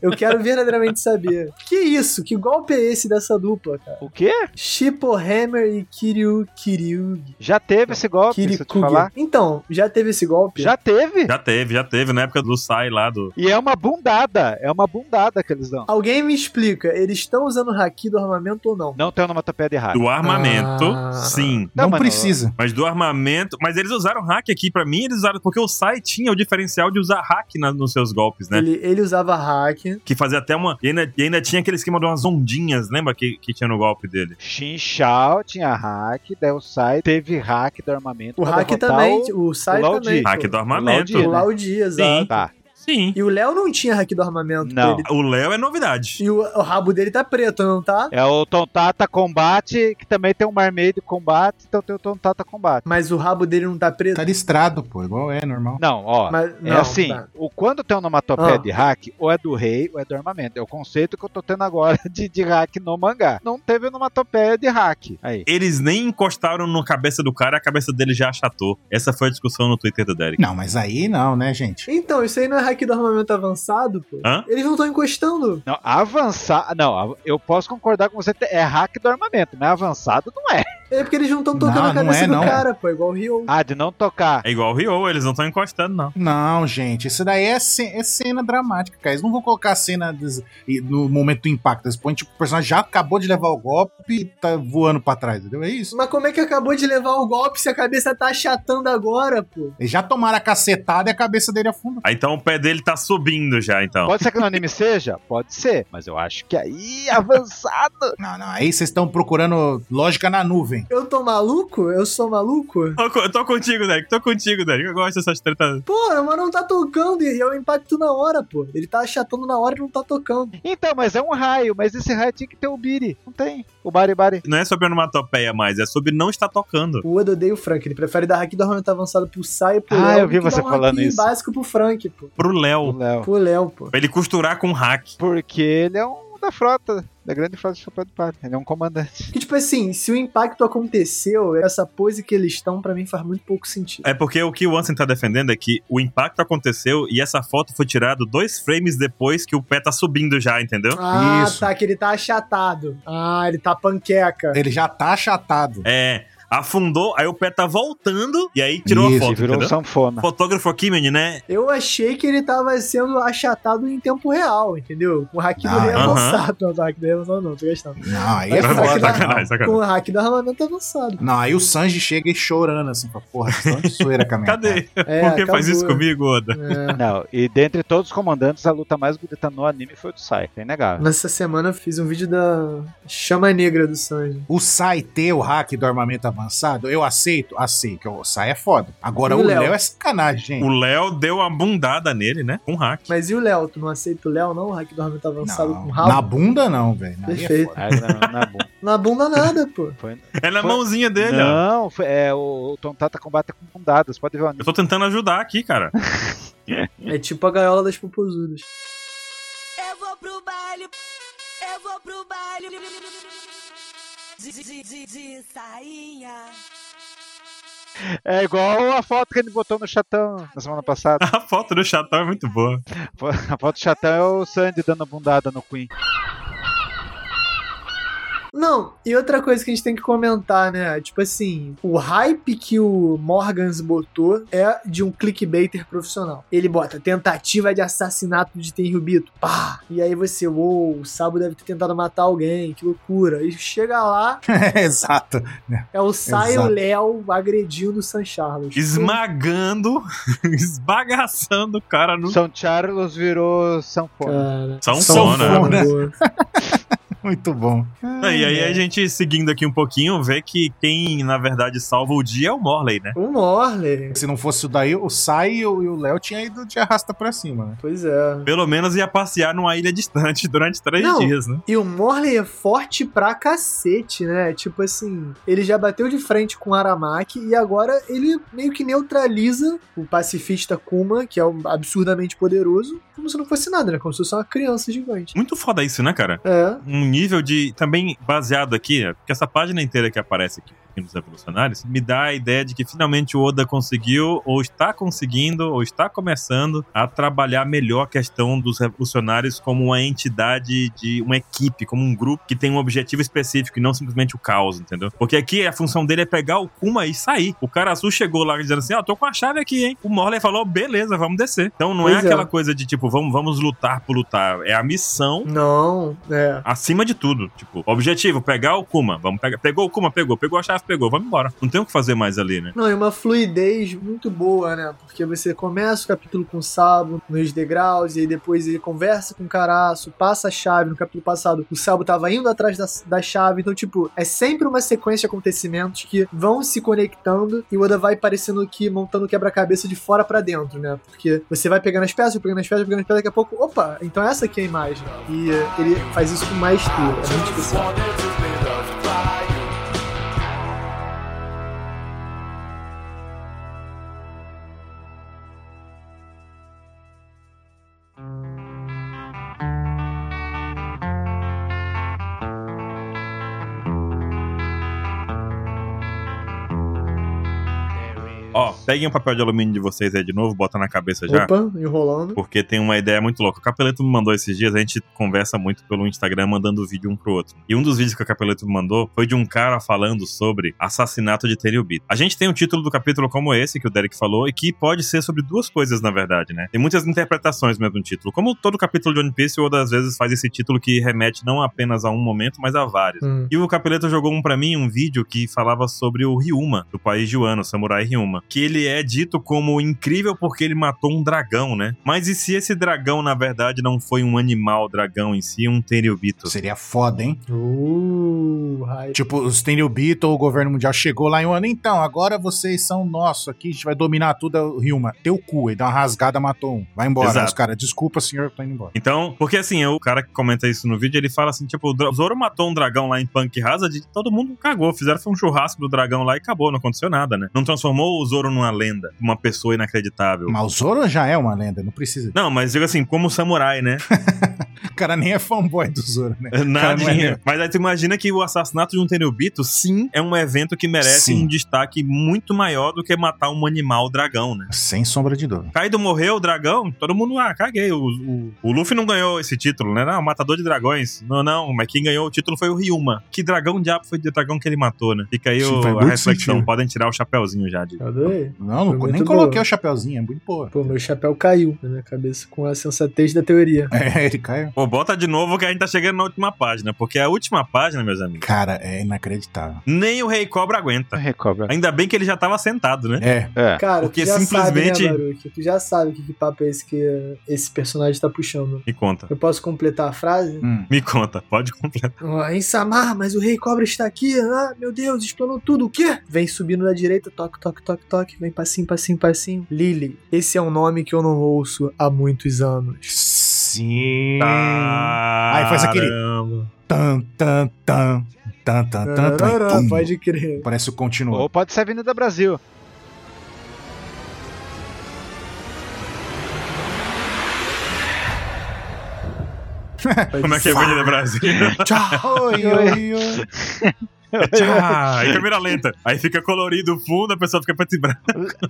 S4: Eu quero verdadeiramente saber. Que isso? Que golpe é esse dessa dupla, cara?
S3: O quê?
S4: Shippo Hammer e Kiryu Kiryugi.
S3: Já teve esse golpe, se eu te falar?
S4: Kirikugi. Então, já teve esse golpe?
S3: Já teve.
S1: Já teve, já teve, na época do Sai lá do.
S3: E é uma bundada. É uma bundada que eles dão.
S4: Alguém me explica, eles estão usando o haki do armamento ou não?
S3: Não tem onomatopeia de errado.
S1: Do armamento,
S4: Ah.
S1: sim.
S3: Não,
S2: Não,
S3: mas não-
S2: precisa.
S1: Mas do armamento. Mas eles usaram hack aqui. Pra mim, eles usaram. Porque o Sai tinha o diferencial de usar hack na- nos seus golpes, né?
S4: Ele, ele usava hack.
S1: Que fazia até uma. E ainda, e ainda tinha aquele esquema de umas ondinhas, lembra? Que, que tinha no golpe dele.
S3: Xin Shao tinha hack, daí o Sai teve hack do armamento.
S4: O
S3: pra
S4: hack
S3: derrotar
S4: também,
S3: o-
S4: o Sai
S3: Lao
S4: também.
S3: Di.
S4: pô.
S1: Hack do armamento.
S4: O Laudi, exato.
S3: Tá.
S1: Sim.
S4: E o Léo não tinha hack do armamento
S3: Não.
S4: dele.
S1: O Léo é novidade.
S4: E o, o rabo dele tá preto, não tá?
S3: É o Tontata Combate, que também tem um Marmeio de Combate, então tem o Tontata Combate.
S4: Mas o rabo dele não tá preto?
S2: Tá listrado, pô, igual é, normal.
S3: Não, ó.
S4: Mas-
S3: é
S4: não,
S3: assim,
S4: tá.
S3: o, quando tem onomatopeia
S4: Ah.
S3: de hack, ou é do rei ou é do armamento. É o conceito que eu tô tendo agora de, de hack no mangá. Não teve onomatopeia de hack. Aí.
S1: Eles nem encostaram na cabeça do cara, a cabeça dele já achatou. Essa foi a discussão no Twitter do Derek.
S2: Não, mas aí não, né, gente?
S4: Então, isso aí não é hack do armamento avançado, pô?
S1: Hã?
S4: Eles não estão encostando.
S3: Não, avançar. Não, av- eu posso concordar com você. É hack do armamento, né? Avançado não é.
S4: É porque eles não estão tocando
S2: Não,
S4: a
S2: não é,
S4: cabeça do
S2: não.
S4: cara, pô. Igual o Rio.
S3: Ah, de não tocar.
S1: É igual o Rio, eles não estão encostando, não.
S2: Não, gente, isso daí é, ce- é cena dramática, cara. Eles não vão colocar a cena des- e no momento do impacto. Eles põem, tipo, o personagem já acabou de levar o golpe e tá voando pra trás, entendeu? É isso.
S4: Mas como é que acabou de levar o golpe se a cabeça tá achatando agora, pô?
S2: Eles já tomaram a cacetada e a cabeça dele afunda.
S1: Ah, então o pé dele tá subindo já, então.
S3: Pode ser que no anime seja? Pode ser. Mas eu acho que aí, avançado.
S2: Não, não, aí vocês estão procurando lógica na nuvem.
S4: Eu tô maluco? Eu sou maluco?
S1: Tô co- Eu tô contigo, Derek. Tô contigo, Derek. Eu gosto dessas tretas.
S4: Pô, mas não tá tocando e é o impacto na hora, pô. Ele tá achatando na hora e não tá tocando.
S3: Então, mas é um raio. Mas esse raio tinha que ter o Biri. Não tem. O Bari Bari.
S1: Não é sobre onomatopeia mais, é sobre não estar tocando.
S4: O Oda odeia o Frank. Ele prefere dar hack do armamento avançado pro Sai e pro
S3: Ah,
S4: Léo
S3: eu vi
S4: do que
S3: você
S4: dar um
S3: falando
S4: hack
S3: isso.
S4: básico pro Frank, pô.
S1: Pro
S3: O
S1: Léo.
S3: Léo.
S4: Pro Léo, pô.
S1: Pra ele costurar com hack.
S3: Porque ele é um da frota, da grande frota de chapéu de palha. Ele é um comandante.
S4: Que, tipo assim, se o impacto aconteceu, essa pose que eles estão, pra mim, faz muito pouco sentido.
S1: É porque o que o Ansem tá defendendo é que o impacto aconteceu e essa foto foi tirada dois frames depois que o pé tá subindo já, entendeu?
S4: Ah,
S2: Isso.
S4: tá, que ele tá achatado. Ah, ele tá panqueca.
S2: Ele já tá achatado.
S1: É, afundou, aí o pé tá voltando e aí tirou
S2: Isso,
S1: a
S3: Ele
S1: foto,
S3: virou um
S1: entendeu?
S3: sanfona.
S1: Fotógrafo aqui, menino, né?
S4: Eu achei que ele tava sendo achatado em tempo real, entendeu? Com o hack do
S2: Ah,
S4: rei
S1: aham.
S4: avançado. Não, o hack do rei avançado não, tô gastando.
S2: Não, aí
S4: Vai
S2: é
S4: ficar
S2: foda.
S1: sacanagem,
S2: não.
S1: sacanagem.
S4: Com o hack do armamento avançado.
S2: Não, aí o Sanji chega e chorando assim, pra porra, vocês estão de zoeira com a minha cara.
S1: Cadê?
S4: É,
S1: Por que faz
S4: acabou.
S1: isso comigo, Oda?
S4: É.
S3: Não, e dentre todos os comandantes, a luta mais bonita no anime foi o do Sai. É inegável.
S4: Nessa semana eu fiz um vídeo da Chama Negra do Sanji.
S2: O Sai ter o hack do armamento avançado, eu aceito, aceito, que o Sai é foda. Agora
S4: E o
S2: o
S4: Léo?
S2: Léo é sacanagem,
S1: O
S2: gente.
S1: Léo deu uma bundada nele, né? Com hack.
S4: Mas e o Léo? Tu não aceita o Léo, não? O hack do armamento avançado
S2: Não,
S4: com
S2: na
S4: rabo?
S2: bunda não, velho. Aí é
S4: Perfeito.
S2: foda.
S3: Aí né, na, na bunda.
S4: Na bunda nada, pô.
S3: é Foi...
S1: É na
S3: Foi-
S1: mãozinha dele, ó.
S3: Não, foi- é, o, o Tontata combate com bundadas. Pode ver o
S1: Eu
S3: anime.
S1: tô tentando ajudar aqui, cara.
S4: É tipo a gaiola das pupuzudas.
S6: Eu vou pro baile, eu vou pro baile de, de, de, de sainha.
S3: É igual a foto que ele botou no chatão na semana passada.
S1: A foto do chatão é muito boa.
S3: A foto do chatão é o Sandy dando a bundada no Queen.
S4: Não, e outra coisa que a gente tem que comentar, né? Tipo assim, o hype que o Morgans botou é de um clickbaiter profissional. Ele bota tentativa de assassinato de Tenryubito. Pá! E aí você, uou, o Sabo deve ter tentado matar alguém, que loucura. E chega lá,
S2: Exato.
S4: é o Sai e o
S2: Exato.
S4: Léo agredindo o San Charles.
S1: Esmagando, esbagaçando o cara no. um
S3: São Charles virou sanfona.
S4: Cara.
S1: São
S2: Sanfona.
S1: Sona.
S4: Boa.
S2: Muito bom.
S1: E né? aí a gente, seguindo aqui um pouquinho, vê que quem, na verdade, salva o dia é o Morley, né?
S4: O Morley.
S2: Se não fosse o daí, o Sai e o e o Léo tinha ido de arrasta pra cima, né?
S4: Pois é.
S1: Pelo menos ia passear numa ilha distante durante três
S4: Não.
S1: dias, né?
S4: E o Morley é forte pra cacete, né? Tipo assim, ele já bateu de frente com o Aramaki e agora ele meio que neutraliza o pacifista Kuma, que é um absurdamente poderoso, como se não fosse nada, né? Como se fosse uma criança gigante.
S1: Muito foda isso, né, cara?
S4: É.
S1: é, Um nível de. Também baseado aqui, né? porque essa página inteira que aparece aqui Requiem dos Revolucionários, me dá a ideia de que finalmente o Oda conseguiu, ou está conseguindo, ou está começando a trabalhar melhor a questão dos revolucionários como uma entidade de uma equipe, como um grupo que tem um objetivo específico e não simplesmente o caos, entendeu? Porque aqui a função dele é pegar o Kuma e sair. O cara azul chegou lá dizendo assim: Ó, tô com a chave aqui, hein? O Morley falou: beleza, vamos descer. Então não é
S4: Pois é.
S1: aquela coisa de tipo, vamos, vamos lutar por lutar. É a missão
S4: Não, é.
S1: acima de tudo. Tipo, objetivo, pegar o Kuma. Vamos pegar. Pegou o Kuma, pegou. Pegou a chave, pegou. Vamos embora. Não tem o que fazer mais ali, né?
S4: Não, é uma fluidez muito boa, né? Porque você começa o capítulo com o Sabo nos degraus, e aí depois ele conversa com o Caraço, passa a chave. No capítulo passado, o Sabo tava indo atrás da, da chave. Então, tipo, é sempre uma sequência de acontecimentos que vão se conectando e o Oda vai parecendo que montando o quebra-cabeça de fora pra dentro, né? Porque você vai pegando as peças, pegando as peças, pegando as peças, daqui a pouco, opa, então essa aqui é a imagem. E eh, ele faz isso com maestria. É muito especial.
S1: Ó, peguem o papel de alumínio de vocês aí de novo, bota na cabeça já.
S4: Opa, enrolando.
S1: Porque tem uma ideia muito louca. O Capeleto me mandou esses dias, a gente conversa muito pelo Instagram, mandando vídeo um pro outro. E um dos vídeos que o Capeleto me mandou foi de um cara falando sobre assassinato de Teriobito. A gente tem um título do capítulo como esse, que o Derek falou, e que pode ser sobre duas coisas, na verdade, né? Tem muitas interpretações mesmo do título. Como todo capítulo de One Piece, o Oda às vezes faz esse título que remete não apenas a um momento, mas a vários.
S4: Hum.
S1: E o Capeleto jogou um pra mim, um vídeo que falava sobre o Ryuma, do país Juano, o samurai Ryuma. Que ele é dito como incrível porque ele matou um dragão, né? Mas e se esse dragão, na verdade, não foi um animal dragão em si, um Tenryubito?
S2: Seria foda, hein?
S4: Uh, raio.
S2: Tipo, os Tenryubito ou o governo mundial chegou lá em um ano. Então, agora vocês são nossos aqui, a gente vai dominar tudo. é o Ryuma, teu cu, ele dá uma rasgada, matou um. Vai embora.
S1: Exato.
S2: Os caras, desculpa, senhor, tô indo embora.
S1: Então, porque assim, o cara que comenta isso no vídeo, ele fala assim, tipo, o Dra- Zoro matou um dragão lá em Punk Hazard, e todo mundo cagou, fizeram foi um churrasco do dragão lá e acabou, não aconteceu nada, né? Não transformou o Zoro numa lenda, uma pessoa inacreditável.
S2: Mas o Zoro já é uma lenda, não precisa.
S1: Não, mas digo assim, como samurai, né?
S2: O cara nem é fanboy do Zoro, né? Cara, não é
S1: Nadinha.
S2: mesmo.
S1: Mas aí tu imagina que o assassinato de um Tenryubito, sim, é um evento que merece
S2: Sim.
S1: um destaque muito maior do que matar um animal dragão, né?
S2: Sem sombra de dúvida.
S1: Kaido morreu, o dragão, todo mundo, ah, caguei. O, o, o Luffy não ganhou esse título, né? Não, matador de dragões. Não, não, mas quem ganhou o título foi o Ryuma. Que dragão diabo foi o dragão que ele matou, né? Fica aí
S2: Sim,
S1: o-
S2: faz
S1: a
S2: muito
S1: reflexão.
S2: sentido.
S1: Podem tirar o chapéuzinho já. De...
S4: Adorei.
S2: Não, não
S4: Foi
S2: nem
S4: muito
S2: coloquei
S4: boa.
S2: o chapéuzinho, é muito boa.
S4: Pô, meu chapéu caiu na minha cabeça com a sensatez da teoria.
S2: É, ele caiu.
S1: Pô, bota de novo que a gente tá chegando na última página, porque é a última página, meus amigos,
S2: Cara, é inacreditável.
S1: nem o Rei Cobra aguenta.
S3: Recobra.
S1: Ainda bem que ele já tava sentado, né?
S2: É,
S3: É.
S4: Cara,
S1: Porque
S4: tu já
S1: simplesmente-
S4: sabe, né, Baruch? Tu já sabe que, que papo é esse que eh, esse personagem tá puxando.
S2: É.
S1: Me conta.
S4: Eu posso completar a frase?
S2: hum,
S1: Me conta, pode completar.
S4: Ó, Em Samar, mas o Rei Cobra está aqui. Ah, meu Deus, explanou tudo. O quê? Vem subindo da direita, toque, toque, toque, toque. Vem passinho, passinho, passinho. Lily, esse é um nome que eu não ouço há muitos anos.
S2: Sim.
S1: Aí
S2: Aí faz aquele- Tan, tan, tan. Tan, tan, tan, tan. Tum.
S4: Pode crer.
S2: Parece o continua.
S3: Ou pode ser a Avenida Brasil.
S1: Como é que é a Avenida Brasil?
S2: Tchau, oi, oi, oi.
S1: Tchá! Aí Ah, câmera lenta. Aí fica colorido o fundo, a pessoa fica preto e branco.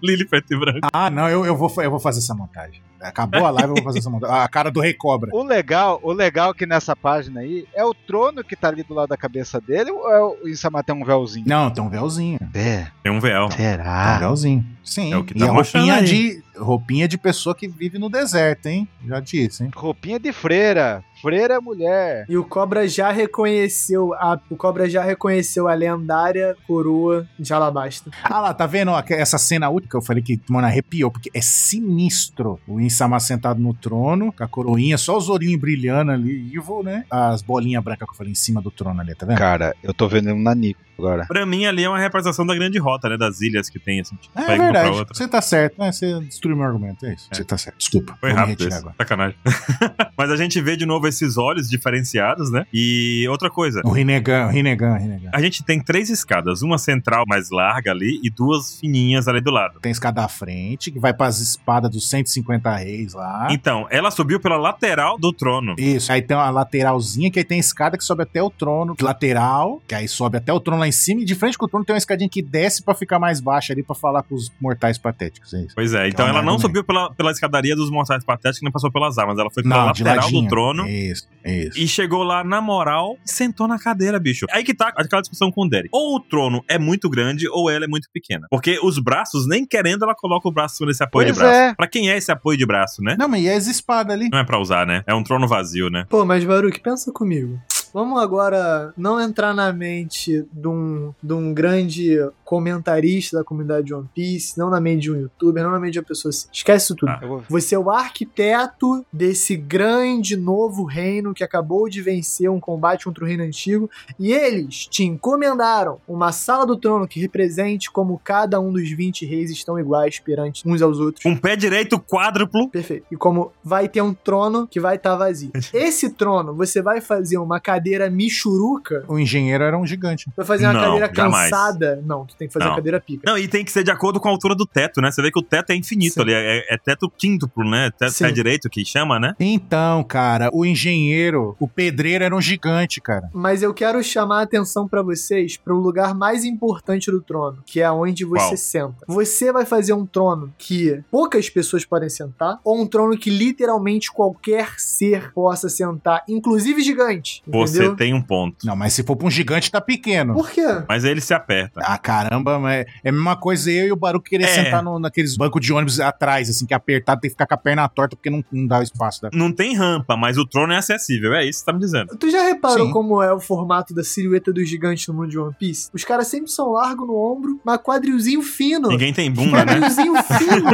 S1: Lili preto e branco.
S2: Ah, não, eu, eu, vou, fa- eu vou fazer essa montagem. Acabou a live, eu vou fazer essa montagem. A cara do Rei Cobra.
S3: O legal, o legal é que nessa página aí é o trono que tá ali do lado da cabeça dele ou é o Insama tem um véuzinho?
S2: Não, tem um véuzinho.
S3: É,
S1: Tem um véu.
S2: Tem um
S3: será?
S2: véuzinho. Sim.
S1: É o que
S2: e
S1: tá
S2: a
S1: mostrando
S2: roupinha
S1: aí.
S2: de, roupinha de pessoa que vive no deserto, hein? Já disse, hein?
S3: Roupinha de freira. Freira é mulher.
S4: E o Cobra já reconheceu a, o Cobra já reconheceu a lendária coroa de Alabasta.
S2: Ah lá, tá vendo ó, que essa cena última que eu falei que, mano, arrepiou, porque é sinistro. O Insama sentado no trono, com a coroinha, só os olhinhos brilhando ali, evil, né? As bolinhas brancas que eu falei em cima do trono ali, tá vendo?
S3: Cara, eu tô vendo um nanico agora.
S1: Pra mim, ali é uma representação da grande rota, né? Das ilhas que tem, assim, tipo,
S2: É
S1: pra ir pra
S2: verdade,
S1: outra.
S2: você tá certo, né? Você destruir meu argumento, é isso. Você tá certo. Desculpa.
S1: Foi
S2: vou me
S1: rápido
S2: retirar
S1: isso. Sacanagem. Mas a gente vê de novo esses olhos diferenciados, né? E outra coisa.
S2: O Rinnegan, o Rinnegan, o Rinnegan.
S1: A gente tem três escadas, uma central mais larga ali e duas fininhas ali do lado.
S2: Tem escada à frente, que vai pras espadas dos 150 reis lá.
S1: Então, ela subiu pela lateral do trono.
S2: Isso. Aí tem uma lateralzinha, que aí tem a escada que sobe até o trono, lateral, que aí sobe até o trono lá em cima, e de frente com o trono tem uma escadinha que desce pra ficar mais baixa ali pra falar com os mortais patéticos, é isso.
S1: Pois é, então
S2: é um
S1: ela não
S2: argumento.
S1: subiu pela, pela escadaria dos mortais patéticos, nem passou pelas armas, ela foi pela lateral do trono.
S2: Isso, É isso.
S1: E chegou lá na moral e sentou na cadeira, bicho. Aí que tá aquela discussão com o Derek. Ou o trono é muito grande ou ela é muito pequena. Porque os braços, nem querendo, ela coloca o braço nesse apoio
S3: Pois
S1: de braço.
S3: é.
S1: Pra quem é esse apoio de braço, né?
S2: Não, mas e as espadas ali?
S1: Não é pra usar, né? É um trono vazio, né?
S4: Pô, mas Baruque, pensa comigo. Vamos agora não entrar na mente de um, de um grande comentarista da comunidade de One Piece, não na mente de um youtuber, não na mente de uma pessoa assim. Esquece isso tudo.
S1: Ah.
S3: Eu vou-
S4: Você é o arquiteto desse grande novo reino que acabou de vencer um combate contra o reino antigo e eles te encomendaram uma sala do trono que represente como cada um dos 20 reis estão iguais perante uns aos outros.
S1: Um pé direito quádruplo.
S4: Perfeito. E como vai ter um trono que vai estar vazio. Esse trono, você vai fazer uma cadeira michuruca?
S2: O engenheiro era um gigante.
S4: Vai fazer uma
S1: Não,
S4: cadeira
S1: jamais.
S4: cansada? Não, tu tem que fazer
S1: Não.
S4: uma cadeira pica.
S1: Não, e tem que ser de acordo com a altura do teto, né? Você vê que o teto é infinito
S4: Sim.
S1: ali. É, é teto quíntuplo, né? Teto,
S4: Sim.
S1: pé direito que chama, né?
S2: Então, cara, o engenheiro, o pedreiro era um gigante, cara.
S4: Mas eu quero chamar a atenção pra vocês para o lugar mais importante do trono, que é onde você
S1: Qual?
S4: senta. Você vai fazer um trono que poucas pessoas podem sentar, ou um trono que literalmente qualquer ser possa sentar, inclusive gigante. Entendeu?
S1: Você tem um ponto.
S2: Não, mas se for pra um gigante, tá pequeno.
S4: Por quê?
S1: Mas ele se aperta.
S2: Ah, caramba, mas é a mesma coisa eu e o Baru querer
S1: É.
S2: sentar no- naqueles bancos de ônibus atrás, assim, que é apertado, tem que ficar com a perna torta porque não, não dá o espaço. né? Da...
S1: Não tem rampa, mas o trono é acessível. É isso que você tá me dizendo.
S4: Tu já reparou
S2: Sim.
S4: como é o formato da silhueta dos gigantes no mundo de One Piece? Os caras sempre são largo no ombro, mas quadrilzinho fino.
S1: Ninguém tem bunda, né?
S4: Quadrilzinho fino.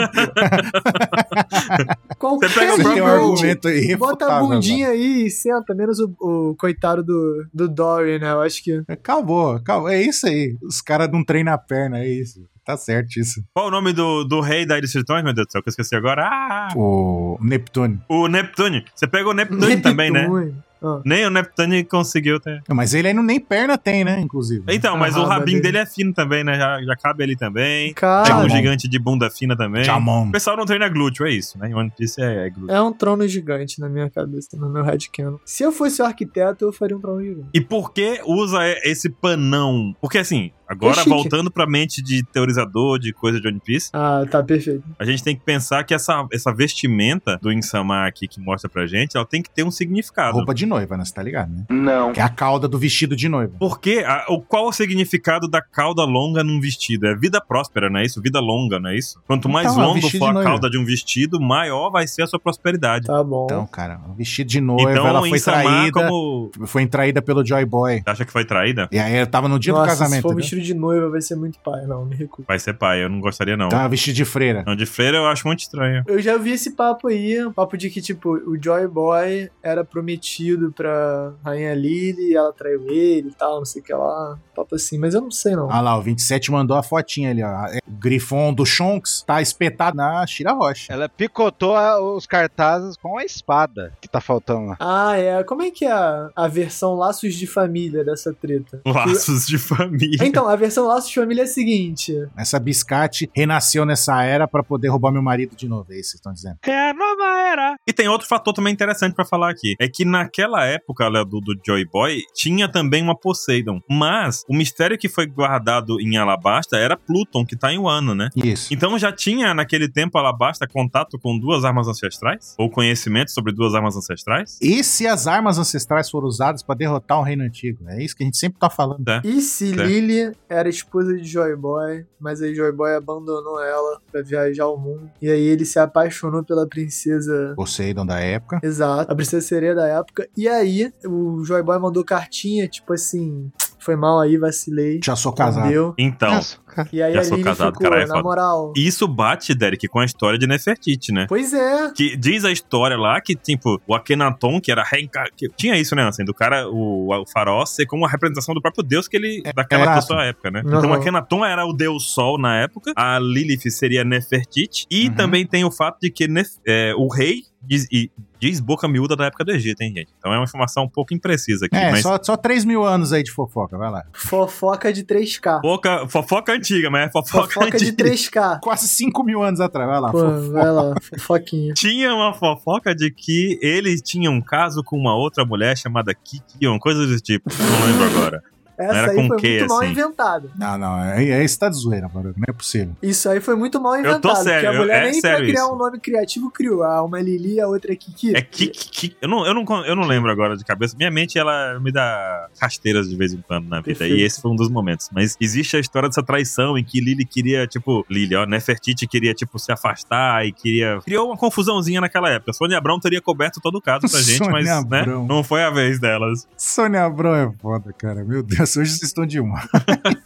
S4: pô. Qualquer
S1: Você pega o
S2: Você
S1: próprio
S2: tem um
S4: gigante.
S2: argumento aí. né,
S4: Bota a bundinha aí e senta, menos o, o coitado do, do Dory, né? Eu acho que.
S2: Acabou, acabou. É isso aí. Os caras não treinam a perna, é isso. Tá certo isso.
S1: Qual o nome do, do rei da Ilha dos Tritões, meu Deus do céu, que eu esqueci agora? Ah!
S2: O Neptune.
S1: O Neptune. Você pega o Neptune, também, né?
S4: Neptune. Ah.
S1: Nem o Neptune conseguiu ter.
S2: Não, Mas ele aí não nem perna tem, né? Inclusive.
S1: Então, mas
S4: Ah,
S1: o rabinho
S4: mas ele-
S1: dele é fino também, né? Já, já cabe ali também. Tem
S4: Cara,
S1: um
S2: Jamon.
S1: gigante de bunda fina também.
S2: Jamon.
S1: O pessoal não treina glúteo, é isso, né? Em One Piece é, é glúteo.
S4: é um trono gigante na minha cabeça, no meu headcanon. Se eu fosse o arquiteto, eu faria um trono gigante.
S1: E por que usa e- esse panão? Porque assim,
S4: É
S1: agora
S4: chique.
S1: voltando pra mente de teorizador, de coisa de One Piece,
S4: Ah, tá, perfeito.
S1: a gente tem que pensar que essa, essa vestimenta do Insama aqui que mostra pra gente, ela tem que ter um significado.
S2: Roupa de noiva, né? Você tá ligado, né? Não. Que é a cauda do vestido de noiva.
S1: Por quê? A- o, qual o significado da cauda longa num vestido? É vida próspera, não é isso? Vida longa, não é isso? Quanto mais
S2: Então, é um
S1: longo
S2: vestido
S1: for
S2: de
S1: a
S2: noiva.
S1: cauda de um vestido, maior vai ser a sua prosperidade.
S4: Tá bom.
S2: Então, cara, o vestido de noiva, Então, ela foi
S1: Insama,
S2: traída.
S1: Então, como.
S2: Foi traída pelo Joy Boy.
S1: Acha que foi traída?
S2: E aí ela tava no dia
S4: Nossa,
S2: do
S4: se
S2: casamento.
S4: for
S2: né?
S4: vestido de noiva, vai ser muito pai. Não, me recuo.
S1: Vai ser pai, eu não gostaria, não.
S2: Tava Tá, vestido de freira.
S1: Não, de freira eu acho muito estranho.
S4: Eu já vi esse papo aí, um papo de que, tipo, o Joy Boy era prometido pra Rainha Lily, ela traiu ele e tal, não sei o que lá. Papo assim, mas eu não sei não.
S2: Ah lá, o 27 mandou a fotinha ali, ó. É, O grifão do Shonks tá espetado na Shira Rocha.
S3: Ela picotou a- os cartazes com a espada que tá faltando lá.
S4: Ah, é. Como é que é a, a versão Laços de Família dessa treta?
S1: Laços de família.
S4: Então, a versão Laços de Família é a seguinte.
S2: Essa biscate renasceu nessa era pra poder roubar meu marido de novo, é isso que vocês estão dizendo.
S3: É a nova era.
S1: E tem outro fator também interessante pra falar aqui. É que naquela época lá do, do Joy Boy, tinha também uma Poseidon. Mas o mistério que foi guardado em Alabasta era Pluton, que tá em Wano, né?
S2: Isso.
S1: Então já tinha naquele tempo Alabasta contato com duas armas ancestrais? Ou conhecimento sobre duas armas ancestrais?
S2: E se as armas ancestrais foram usadas pra derrotar o reino antigo? É isso que a gente sempre tá falando.
S4: E se
S1: É.
S4: Lily era esposa de Joy Boy, mas aí Joy Boy abandonou ela pra viajar ao mundo. E aí ele se apaixonou pela princesa
S2: Poseidon da época.
S4: Exato. A princesa sereia da época. E aí, o Joy Boy mandou cartinha, tipo assim. foi mal aí, vacilei.
S2: Já sou
S4: não
S2: casado.
S4: Deu.
S1: Então,
S3: Nossa, cara.
S4: E aí
S1: Já
S4: a
S1: sou
S4: Lili
S1: casado,
S4: ficou,
S1: caralho, é
S4: na
S1: foda.
S4: moral.
S1: isso bate, Derek, com a história de Nefertiti, né?
S4: Pois é.
S1: Que diz a história lá que, tipo, o Akhenaton, que era reencarnado. Tinha isso, né, assim, do cara, o, o faraó, ser como a representação do próprio deus que ele. daquela
S2: era.
S1: pessoa à época, né? Então,
S4: Uhum.
S1: o Akhenaton era o deus sol na época, a Lilith seria Nefertiti, e
S2: Uhum.
S1: também tem o fato de que Nef- é, o rei. Diz, e diz boca miúda da época do Egito, hein, gente? Então é uma informação um pouco imprecisa aqui,
S2: É,
S1: mas.
S2: só, só 3 mil anos aí de fofoca, vai lá.
S4: Fofoca de 3K.
S1: Fofoca, fofoca antiga, mas é fofoca,
S4: Fofoca
S1: antiga.
S4: de 3K.
S2: Quase 5 mil anos atrás, vai lá.
S4: Pô,
S2: fofoca.
S4: vai lá, fofoquinha.
S1: Tinha uma fofoca de que ele tinha um caso com uma outra mulher chamada Kiki, uma coisa desse tipo. Não lembro agora.
S4: Essa
S1: Era
S4: aí
S1: com
S4: foi
S1: quê,
S4: muito mal
S1: assim?
S4: inventada.
S2: Não, não, aí aí você tá de zoeira, barulho. Não é possível.
S4: Isso aí foi muito mal
S1: tô
S4: inventado.
S1: sério,
S4: porque
S1: eu-
S4: a mulher
S1: é
S4: nem pra
S1: sério
S4: criar
S1: isso.
S4: um nome criativo criou. Ah, uma é Lili, a outra é Kiki.
S1: É Kiki. Kiki- Eu, não, eu, não, con- eu não lembro agora de cabeça. Minha mente, ela me dá rasteiras de vez em quando na vida.
S4: Perfeito.
S1: E esse foi um dos momentos. Mas existe a história dessa traição em que Lily queria, tipo, Lily, ó, Nefertiti queria, tipo, se afastar e queria. Criou uma confusãozinha naquela época. Sônia Abrão teria coberto todo o caso pra gente, mas
S2: Sônia
S1: né,
S2: Abrão.
S1: não foi a vez delas.
S2: Sônia Abrão é foda, cara. Meu Deus, hoje vocês estão demais.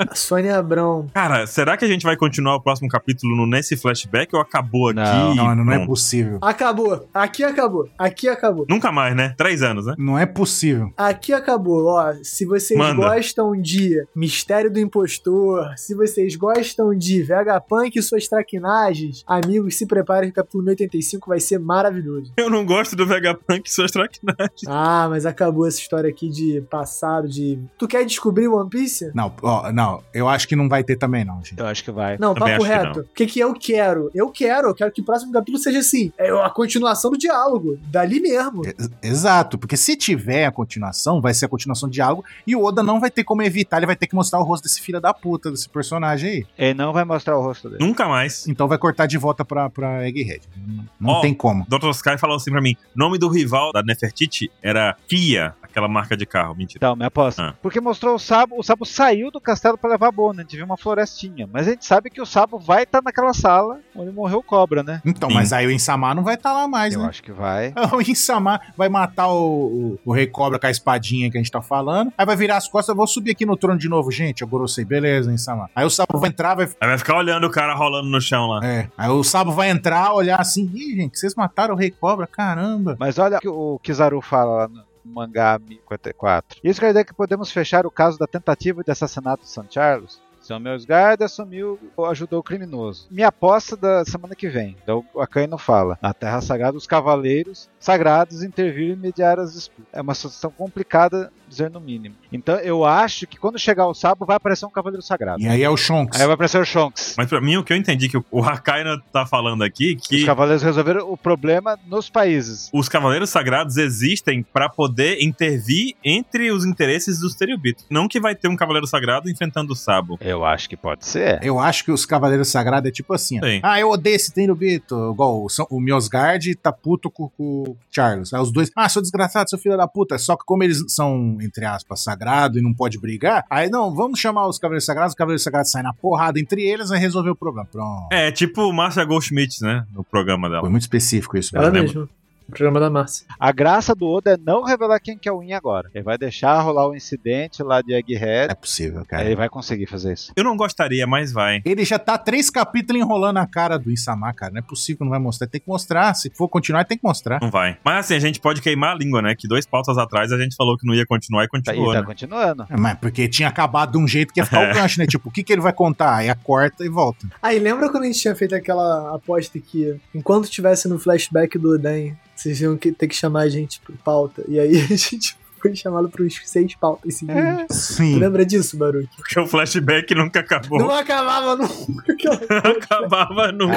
S4: A Sônia Abrão.
S1: Cara, será que a gente vai continuar o próximo capítulo no- nesse flashback ou acabou aqui?
S3: Não.
S1: e
S2: Não, não é
S1: pronto?
S2: possível.
S4: Acabou. Aqui acabou. Aqui acabou.
S1: Nunca mais, né? Três anos, né?
S2: Não é possível.
S4: Aqui acabou, ó. Se vocês
S1: Manda.
S4: gostam de Mistério do Impostor, se vocês gostam de Vegapunk e suas traquinagens, amigos, se preparem que o capítulo 85 vai ser maravilhoso.
S1: Eu não gosto do Vegapunk, sou extraquinário.
S4: Ah, mas acabou essa história aqui de passado, de. Tu quer descobrir One Piece?
S2: Não, ó, não, eu acho que não vai ter também, não, gente.
S3: Eu acho que vai.
S4: Não,
S1: Também
S4: papo
S1: acho que
S4: reto. O que, que eu quero? Eu quero, eu quero que o próximo capítulo seja assim. É a continuação do diálogo. Dali mesmo.
S2: Ex- Exato, porque se tiver a continuação, vai ser a continuação de algo, e o Oda não vai ter como evitar, ele vai ter que mostrar o rosto desse filho da puta, desse personagem aí.
S3: Ele não vai mostrar o rosto dele.
S1: Nunca mais.
S2: Então vai cortar de volta pra, pra Egghead. Não, não
S1: Ó,
S2: tem como.
S1: Dr. Sky falou assim pra mim: nome do rival da Nefertiti era Kia, aquela marca de carro. Mentira.
S3: Então, minha aposta.
S1: Ah.
S3: Porque mostrou o Sabo, o Sabo saiu do castelo pra levar a Bona, a gente viu uma florestinha. Mas a gente sabe que o Sabo vai estar naquela sala onde morreu o cobra, né?
S2: Então,
S1: Sim.
S2: mas aí o Insama não vai estar lá mais,
S3: Eu
S2: né?
S3: acho que vai.
S2: O Insama vai matar o, o, o Rei Cobra com a espadinha que a gente tá falando. Aí vai virar as costas, eu vou subir aqui no trono de novo, gente. Eu gorosei, beleza, Insama. Aí o Sabo vai entrar, vai.
S1: Aí vai ficar olhando o cara rolando no chão lá.
S2: É. Aí o Sabo vai entrar, olhar assim, ih, gente, vocês mataram o Rei Cobra, caramba.
S3: Mas olha o que o Kizaru fala lá no mangá 1054. Isso quer dizer que podemos fechar o caso da tentativa de assassinato de San Charles? São meus guardas assumiu ou ajudou o criminoso. Minha aposta da semana que vem. Então o Akaino fala: Na Terra Sagrada, os cavaleiros sagrados interviram e mediaram as disputas. É uma situação complicada, dizer no mínimo. Então eu acho que quando chegar o sábado vai aparecer um cavaleiro sagrado.
S2: E aí é o Shonks.
S3: Aí vai aparecer o Shonks.
S1: Mas pra mim, o que eu entendi que o Hakaina tá falando aqui
S3: Os
S1: que.
S3: cavaleiros resolveram o problema nos países.
S1: Os Cavaleiros Sagrados existem pra poder intervir entre os interesses dos Teriubitos. Não que vai ter um Cavaleiro Sagrado enfrentando o Sabo.
S3: Eu acho que pode ser.
S2: Eu acho que os Cavaleiros Sagrados é tipo assim, ó.
S1: Sim.
S2: Ah, eu odeio esse Tenryubito. Igual o, São- o Miosgard tá puto com com o Charles. Aí os dois, ah, seu desgraçado, seu filho da puta. Só que como eles são, entre aspas, sagrado e não pode brigar, aí não, vamos chamar os Cavaleiros Sagrados, os Cavaleiros Sagrados saem na porrada entre eles e resolver o problema. Pronto.
S1: É, tipo Marcia Goldschmidt, né? No programa dela.
S2: Foi muito específico isso.
S4: Ela
S2: né?
S1: lembro.
S4: mesma. O programa da Márcia.
S3: A graça do Oda é não revelar quem que é o In agora. Ele vai deixar rolar o incidente lá de
S2: Não é
S3: Egghead.
S2: possível,
S3: Aí
S2: cara.
S3: ele vai conseguir fazer isso.
S1: Eu não gostaria, mas vai.
S2: Ele já tá três capítulos enrolando a cara do Insama, cara. Não é possível, que não vai mostrar. Tem que mostrar. Se for continuar, tem que mostrar.
S1: Não vai. Mas assim, a gente pode queimar a língua, né? Que dois pautas atrás a gente falou que não ia continuar e
S3: Tá,
S1: continuou,
S3: e tá
S1: né?
S3: continuando.
S2: É, Mas porque tinha acabado de um jeito que ia ficar o gancho, né? Tipo, o que, que ele vai contar? Aí a corta e volta.
S4: Aí lembra quando a gente tinha feito aquela aposta que enquanto tivesse no flashback do Oden, vocês iam que- ter que chamar a gente pro pauta. E aí a gente foi chamado pros seis pautas seguintes.
S1: É.
S4: Tu
S2: Sim.
S4: lembra disso, Baruch?
S1: Porque o flashback nunca acabou.
S4: Não acabava nunca. aquela-
S1: acabava nunca.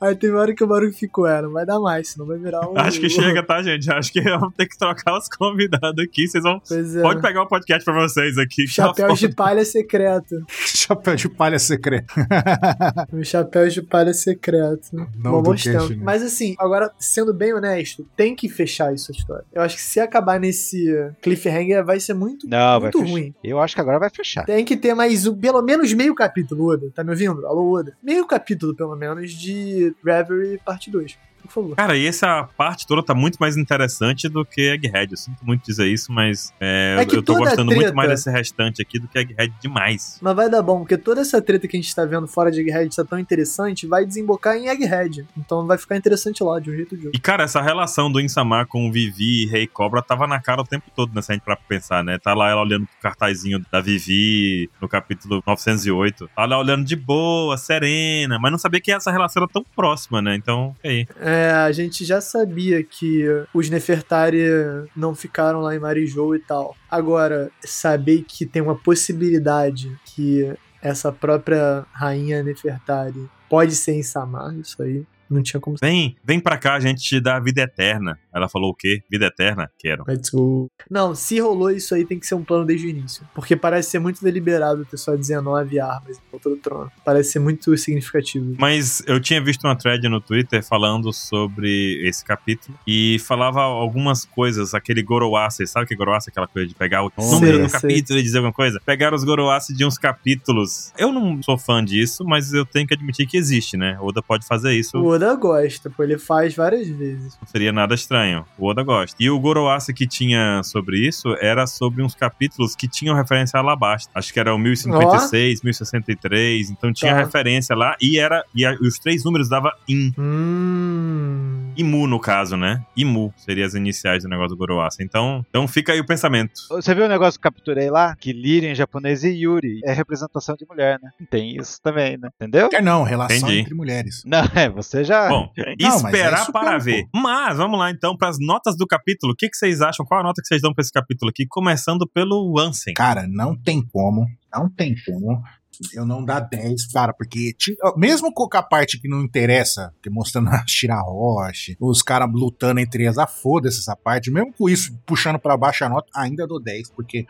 S3: Ah,
S4: Aí teve uma hora que o Baruch ficou, é, não vai dar mais, senão vai virar um...
S1: Acho que chega, tá, gente? Acho que eu vou ter que trocar os convidados aqui. Vocês vão.
S4: Pois é.
S1: Pode pegar o podcast pra vocês aqui. é
S4: Chapéus de palha secreto.
S2: Chapéu de palha secreto.
S4: Um chapéu de palha secreto.
S2: Não
S4: Bom,
S2: do
S4: bons tempos.
S2: cast, né?
S4: Mas assim, agora, sendo bem honesto, tem que fechar isso a história. Eu acho que se acabar nesse cliffhanger, vai ser muito,
S3: não, vai
S4: muito
S3: fechar.
S4: ruim.
S3: Eu acho que agora vai fechar.
S4: Tem que ter mais um, pelo menos meio capítulo, Oda. Tá me ouvindo? Alô, Oda. Meio capítulo, pelo menos, de Reverie Parte 2. por favor.
S1: Cara, e essa parte toda tá muito mais interessante do que Egghead. Eu sinto muito dizer isso, mas é,
S4: É
S1: eu-
S4: que
S1: eu tô
S4: toda a
S1: gostando
S4: treta-
S1: muito mais desse restante aqui do que Egghead demais.
S4: Mas vai dar bom, porque toda essa treta que a gente tá vendo fora de Egghead tá tão interessante, vai desembocar em Egghead. Então vai ficar interessante lá, de um jeito ou de outro.
S1: E, cara, essa relação do Insamar com o Vivi e Rei Cobra tava na cara o tempo todo, né? Se a gente pra pensar, né? Tá lá ela olhando pro cartazinho da Vivi no capítulo 908. Tá lá olhando de boa, serena, mas não sabia que essa relação era tão próxima, né? Então, fica aí.
S4: É, a gente já sabia que os Nefertari não ficaram lá em Marijou e tal. Agora, saber que tem uma possibilidade que essa própria rainha Nefertari pode ser em Samar, isso aí não tinha como ser.
S1: Vem, vem pra cá, a gente te dá a vida eterna. Ela falou o quê? Vida eterna? Quero.
S4: Let's go. Não, se rolou isso aí, tem que ser um plano desde o início. Porque parece ser muito deliberado ter só 19 armas em volta do trono. Parece ser muito significativo.
S1: Mas eu tinha visto uma thread no Twitter falando sobre esse capítulo e falava algumas coisas, aquele Goroace, sabe o que é Goroace? Aquela coisa de pegar o
S2: Sei,
S1: número do
S4: sei.
S1: capítulo e dizer alguma coisa. Pegaram os Goroace de uns capítulos. Eu não sou fã disso, mas eu tenho que admitir que existe, né? Oda pode fazer isso,
S4: O Oda gosta, pô, ele faz várias vezes.
S1: não seria nada estranho. O Oda gosta. E o Goroace que tinha sobre isso era sobre uns capítulos que tinham referência a Alabasta. Acho que era o 1056, 1063, então tinha
S4: Tá.
S1: referência lá e era e a- os três números dava in.
S4: Hum.
S1: Imu, no caso, né? Imu seria as iniciais do negócio do Goroasa. Então, então fica aí o pensamento.
S3: Você viu o negócio que eu capturei lá? Que Liri em japonês e Yuri é representação de mulher, né? Tem isso também, né? Entendeu?
S2: Quer não, relação
S1: Entendi.
S2: entre mulheres.
S3: Não, é, você já.
S1: Bom,
S2: mas é
S1: esperar
S2: isso
S1: para
S2: mesmo,
S1: ver. Mas vamos lá então para as notas do capítulo. O que, que vocês acham? Qual a nota que vocês dão para esse capítulo aqui? Começando pelo Ansem.
S2: Cara, não tem como, não tem como eu não dar 10, cara, porque ti- mesmo com a parte que não interessa, que mostrando a Shirahoshi, os caras lutando entre eles, ah, foda-se essa parte, mesmo com isso puxando pra baixo a nota, ainda dou 10, porque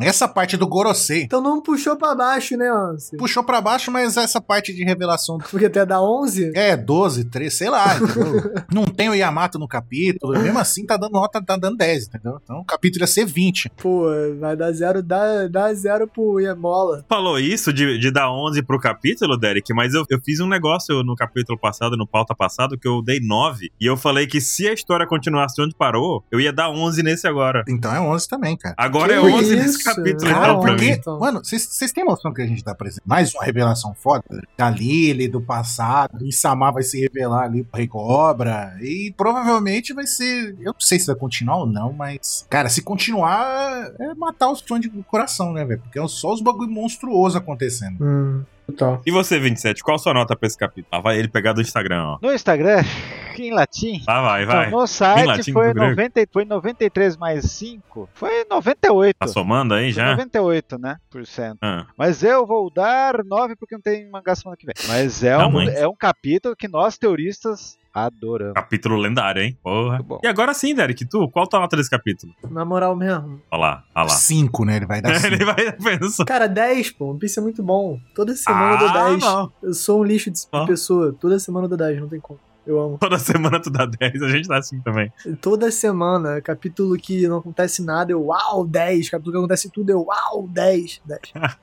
S2: essa parte do Gorosei
S4: então não puxou pra baixo, né, Anse?
S2: puxou pra baixo, mas essa parte de revelação
S4: Porque até dá 11?
S2: é 12, 13, sei lá, entendeu? não tem o Yamato no capítulo, mesmo assim tá dando nota, tá dando 10, entendeu? Então o capítulo ia ser 20.
S4: Pô, vai dar zero, dá, dá zero pro Yemola.
S1: Falou isso de, de dar 11 pro capítulo, Derek, mas eu, eu fiz um negócio no capítulo passado, no pauta passado, que eu dei 9 e eu falei que se a história continuasse onde parou, eu ia dar 11 nesse agora.
S2: Então é 11 também, cara.
S1: Agora
S4: Que
S1: é 11 nesse
S4: isso?
S1: capítulo,
S4: Cara,
S1: então, pra
S4: por
S1: mim.
S4: quê?
S2: porque,
S4: então.
S2: mano, vocês têm noção que a gente tá presente? Mais uma revelação foda da Lily, do passado, e Samar vai se revelar ali pro Rei Cobra, e provavelmente vai ser, eu não sei se vai continuar ou não, mas, cara, se continuar, é matar os sonhos do coração, né, velho? Porque é só os bagulho monstruoso acontecendo.
S4: Hum, total.
S1: E você, 27, qual a sua nota pra esse capítulo? Lá vai ele pegar do Instagram, ó.
S3: No Instagram, em latim.
S1: Lá vai, vai.
S3: Então, no
S1: Em
S3: site
S1: latim,
S3: foi,
S1: do grego.
S3: 90, foi 93 mais 5, foi 98.
S1: Tá somando aí
S3: Foi
S1: já?
S3: 98, né? Por cento.
S1: Ah,
S3: Mas eu vou dar 9 porque não tem mangá semana que vem. Mas é,
S1: Tá
S3: um,
S1: muito.
S3: é um capítulo que nós teoristas adoramos.
S1: capítulo lendário, hein? Porra.
S3: Muito bom.
S1: E agora sim, Derek, tu, qual tua nota desse capítulo?
S4: Na moral mesmo.
S1: Olha lá, olha lá.
S2: 5, né? Ele vai
S4: Tá assim.
S2: dar 5.
S1: Ele vai pensando.
S4: Cara, 10, pô. One Piece é muito bom. Toda semana eu dou 10.
S1: Ah, não.
S4: Eu sou um lixo de de
S1: Ó.
S4: pessoa. Toda semana eu dou 10, não tem como. Eu amo.
S1: Toda semana tu dá 10, a gente dá assim também.
S4: Toda semana, capítulo que não acontece nada, eu uau, 10. Capítulo que acontece tudo, eu uau, 10. 10.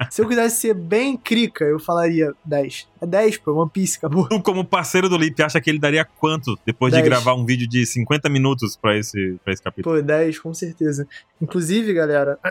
S4: Se eu quisesse ser bem crica, eu falaria 10. É 10, pô. One Piece, acabou.
S1: Tu, como parceiro do Lip, acha que ele daria quanto depois de
S4: 10.
S1: gravar um vídeo de 50 minutos pra esse, pra esse capítulo?
S4: Pô, 10, com certeza. Inclusive, galera,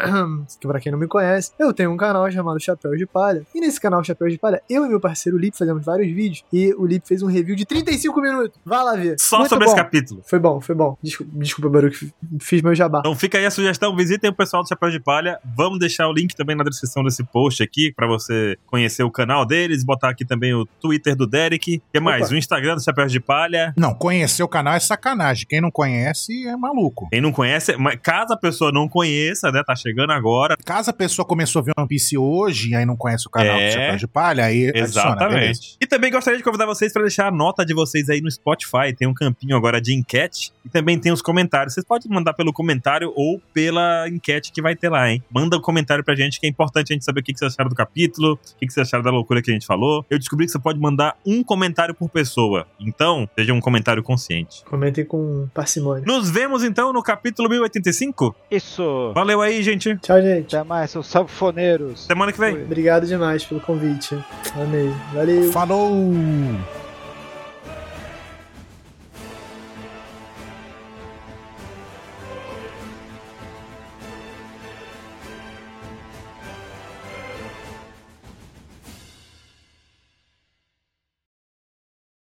S4: que pra quem não me conhece, eu tenho um canal chamado Chapéu de Palha. E nesse canal Chapéu de Palha, eu e meu parceiro Lip fazemos vários vídeos. E o Lip fez um review de 35 minutos. Vá lá ver.
S1: Só
S4: Muito
S1: sobre
S4: bom.
S1: esse capítulo.
S4: Foi bom, foi bom. Desculpa, desculpa Baruch, fiz meu jabá.
S1: Então fica aí a sugestão, visitem o pessoal do Chapéu de Palha. Vamos deixar o link também na descrição desse post aqui pra você conhecer o canal deles, botar aqui também o Twitter do Derek. O que mais?
S4: Opa.
S1: O Instagram do Chapéu de Palha.
S2: Não, conhecer o canal é sacanagem. Quem não conhece é maluco.
S1: Quem não conhece, mas caso a pessoa não conheça, né, tá chegando agora,
S2: Caso a pessoa começou a ver One Piece hoje e aí não conhece o canal
S1: É.
S2: do Chapéu de Palha, aí adiciona, beleza.
S1: Exatamente. E também gostaria de convidar vocês para deixar a nota de vocês aí no Spotify. Tem um campinho agora de enquete e também tem os comentários. Vocês podem mandar pelo comentário ou pela enquete que vai ter lá, hein? Manda um comentário pra gente que é importante a gente saber o que que vocês acharam do capítulo, o que que vocês acharam da loucura que a gente falou. Eu descobri que você pode mandar um comentário por pessoa. Então, seja um comentário consciente.
S4: Comentem com parcimônia.
S1: Nos vemos então no capítulo 1085.
S3: Isso!
S1: Valeu aí, gente.
S4: Tchau, gente.
S3: Até mais, seus sabofoneiros!
S1: Semana que vem.
S4: Obrigado demais pelo convite. Amei. Valeu.
S2: Falou!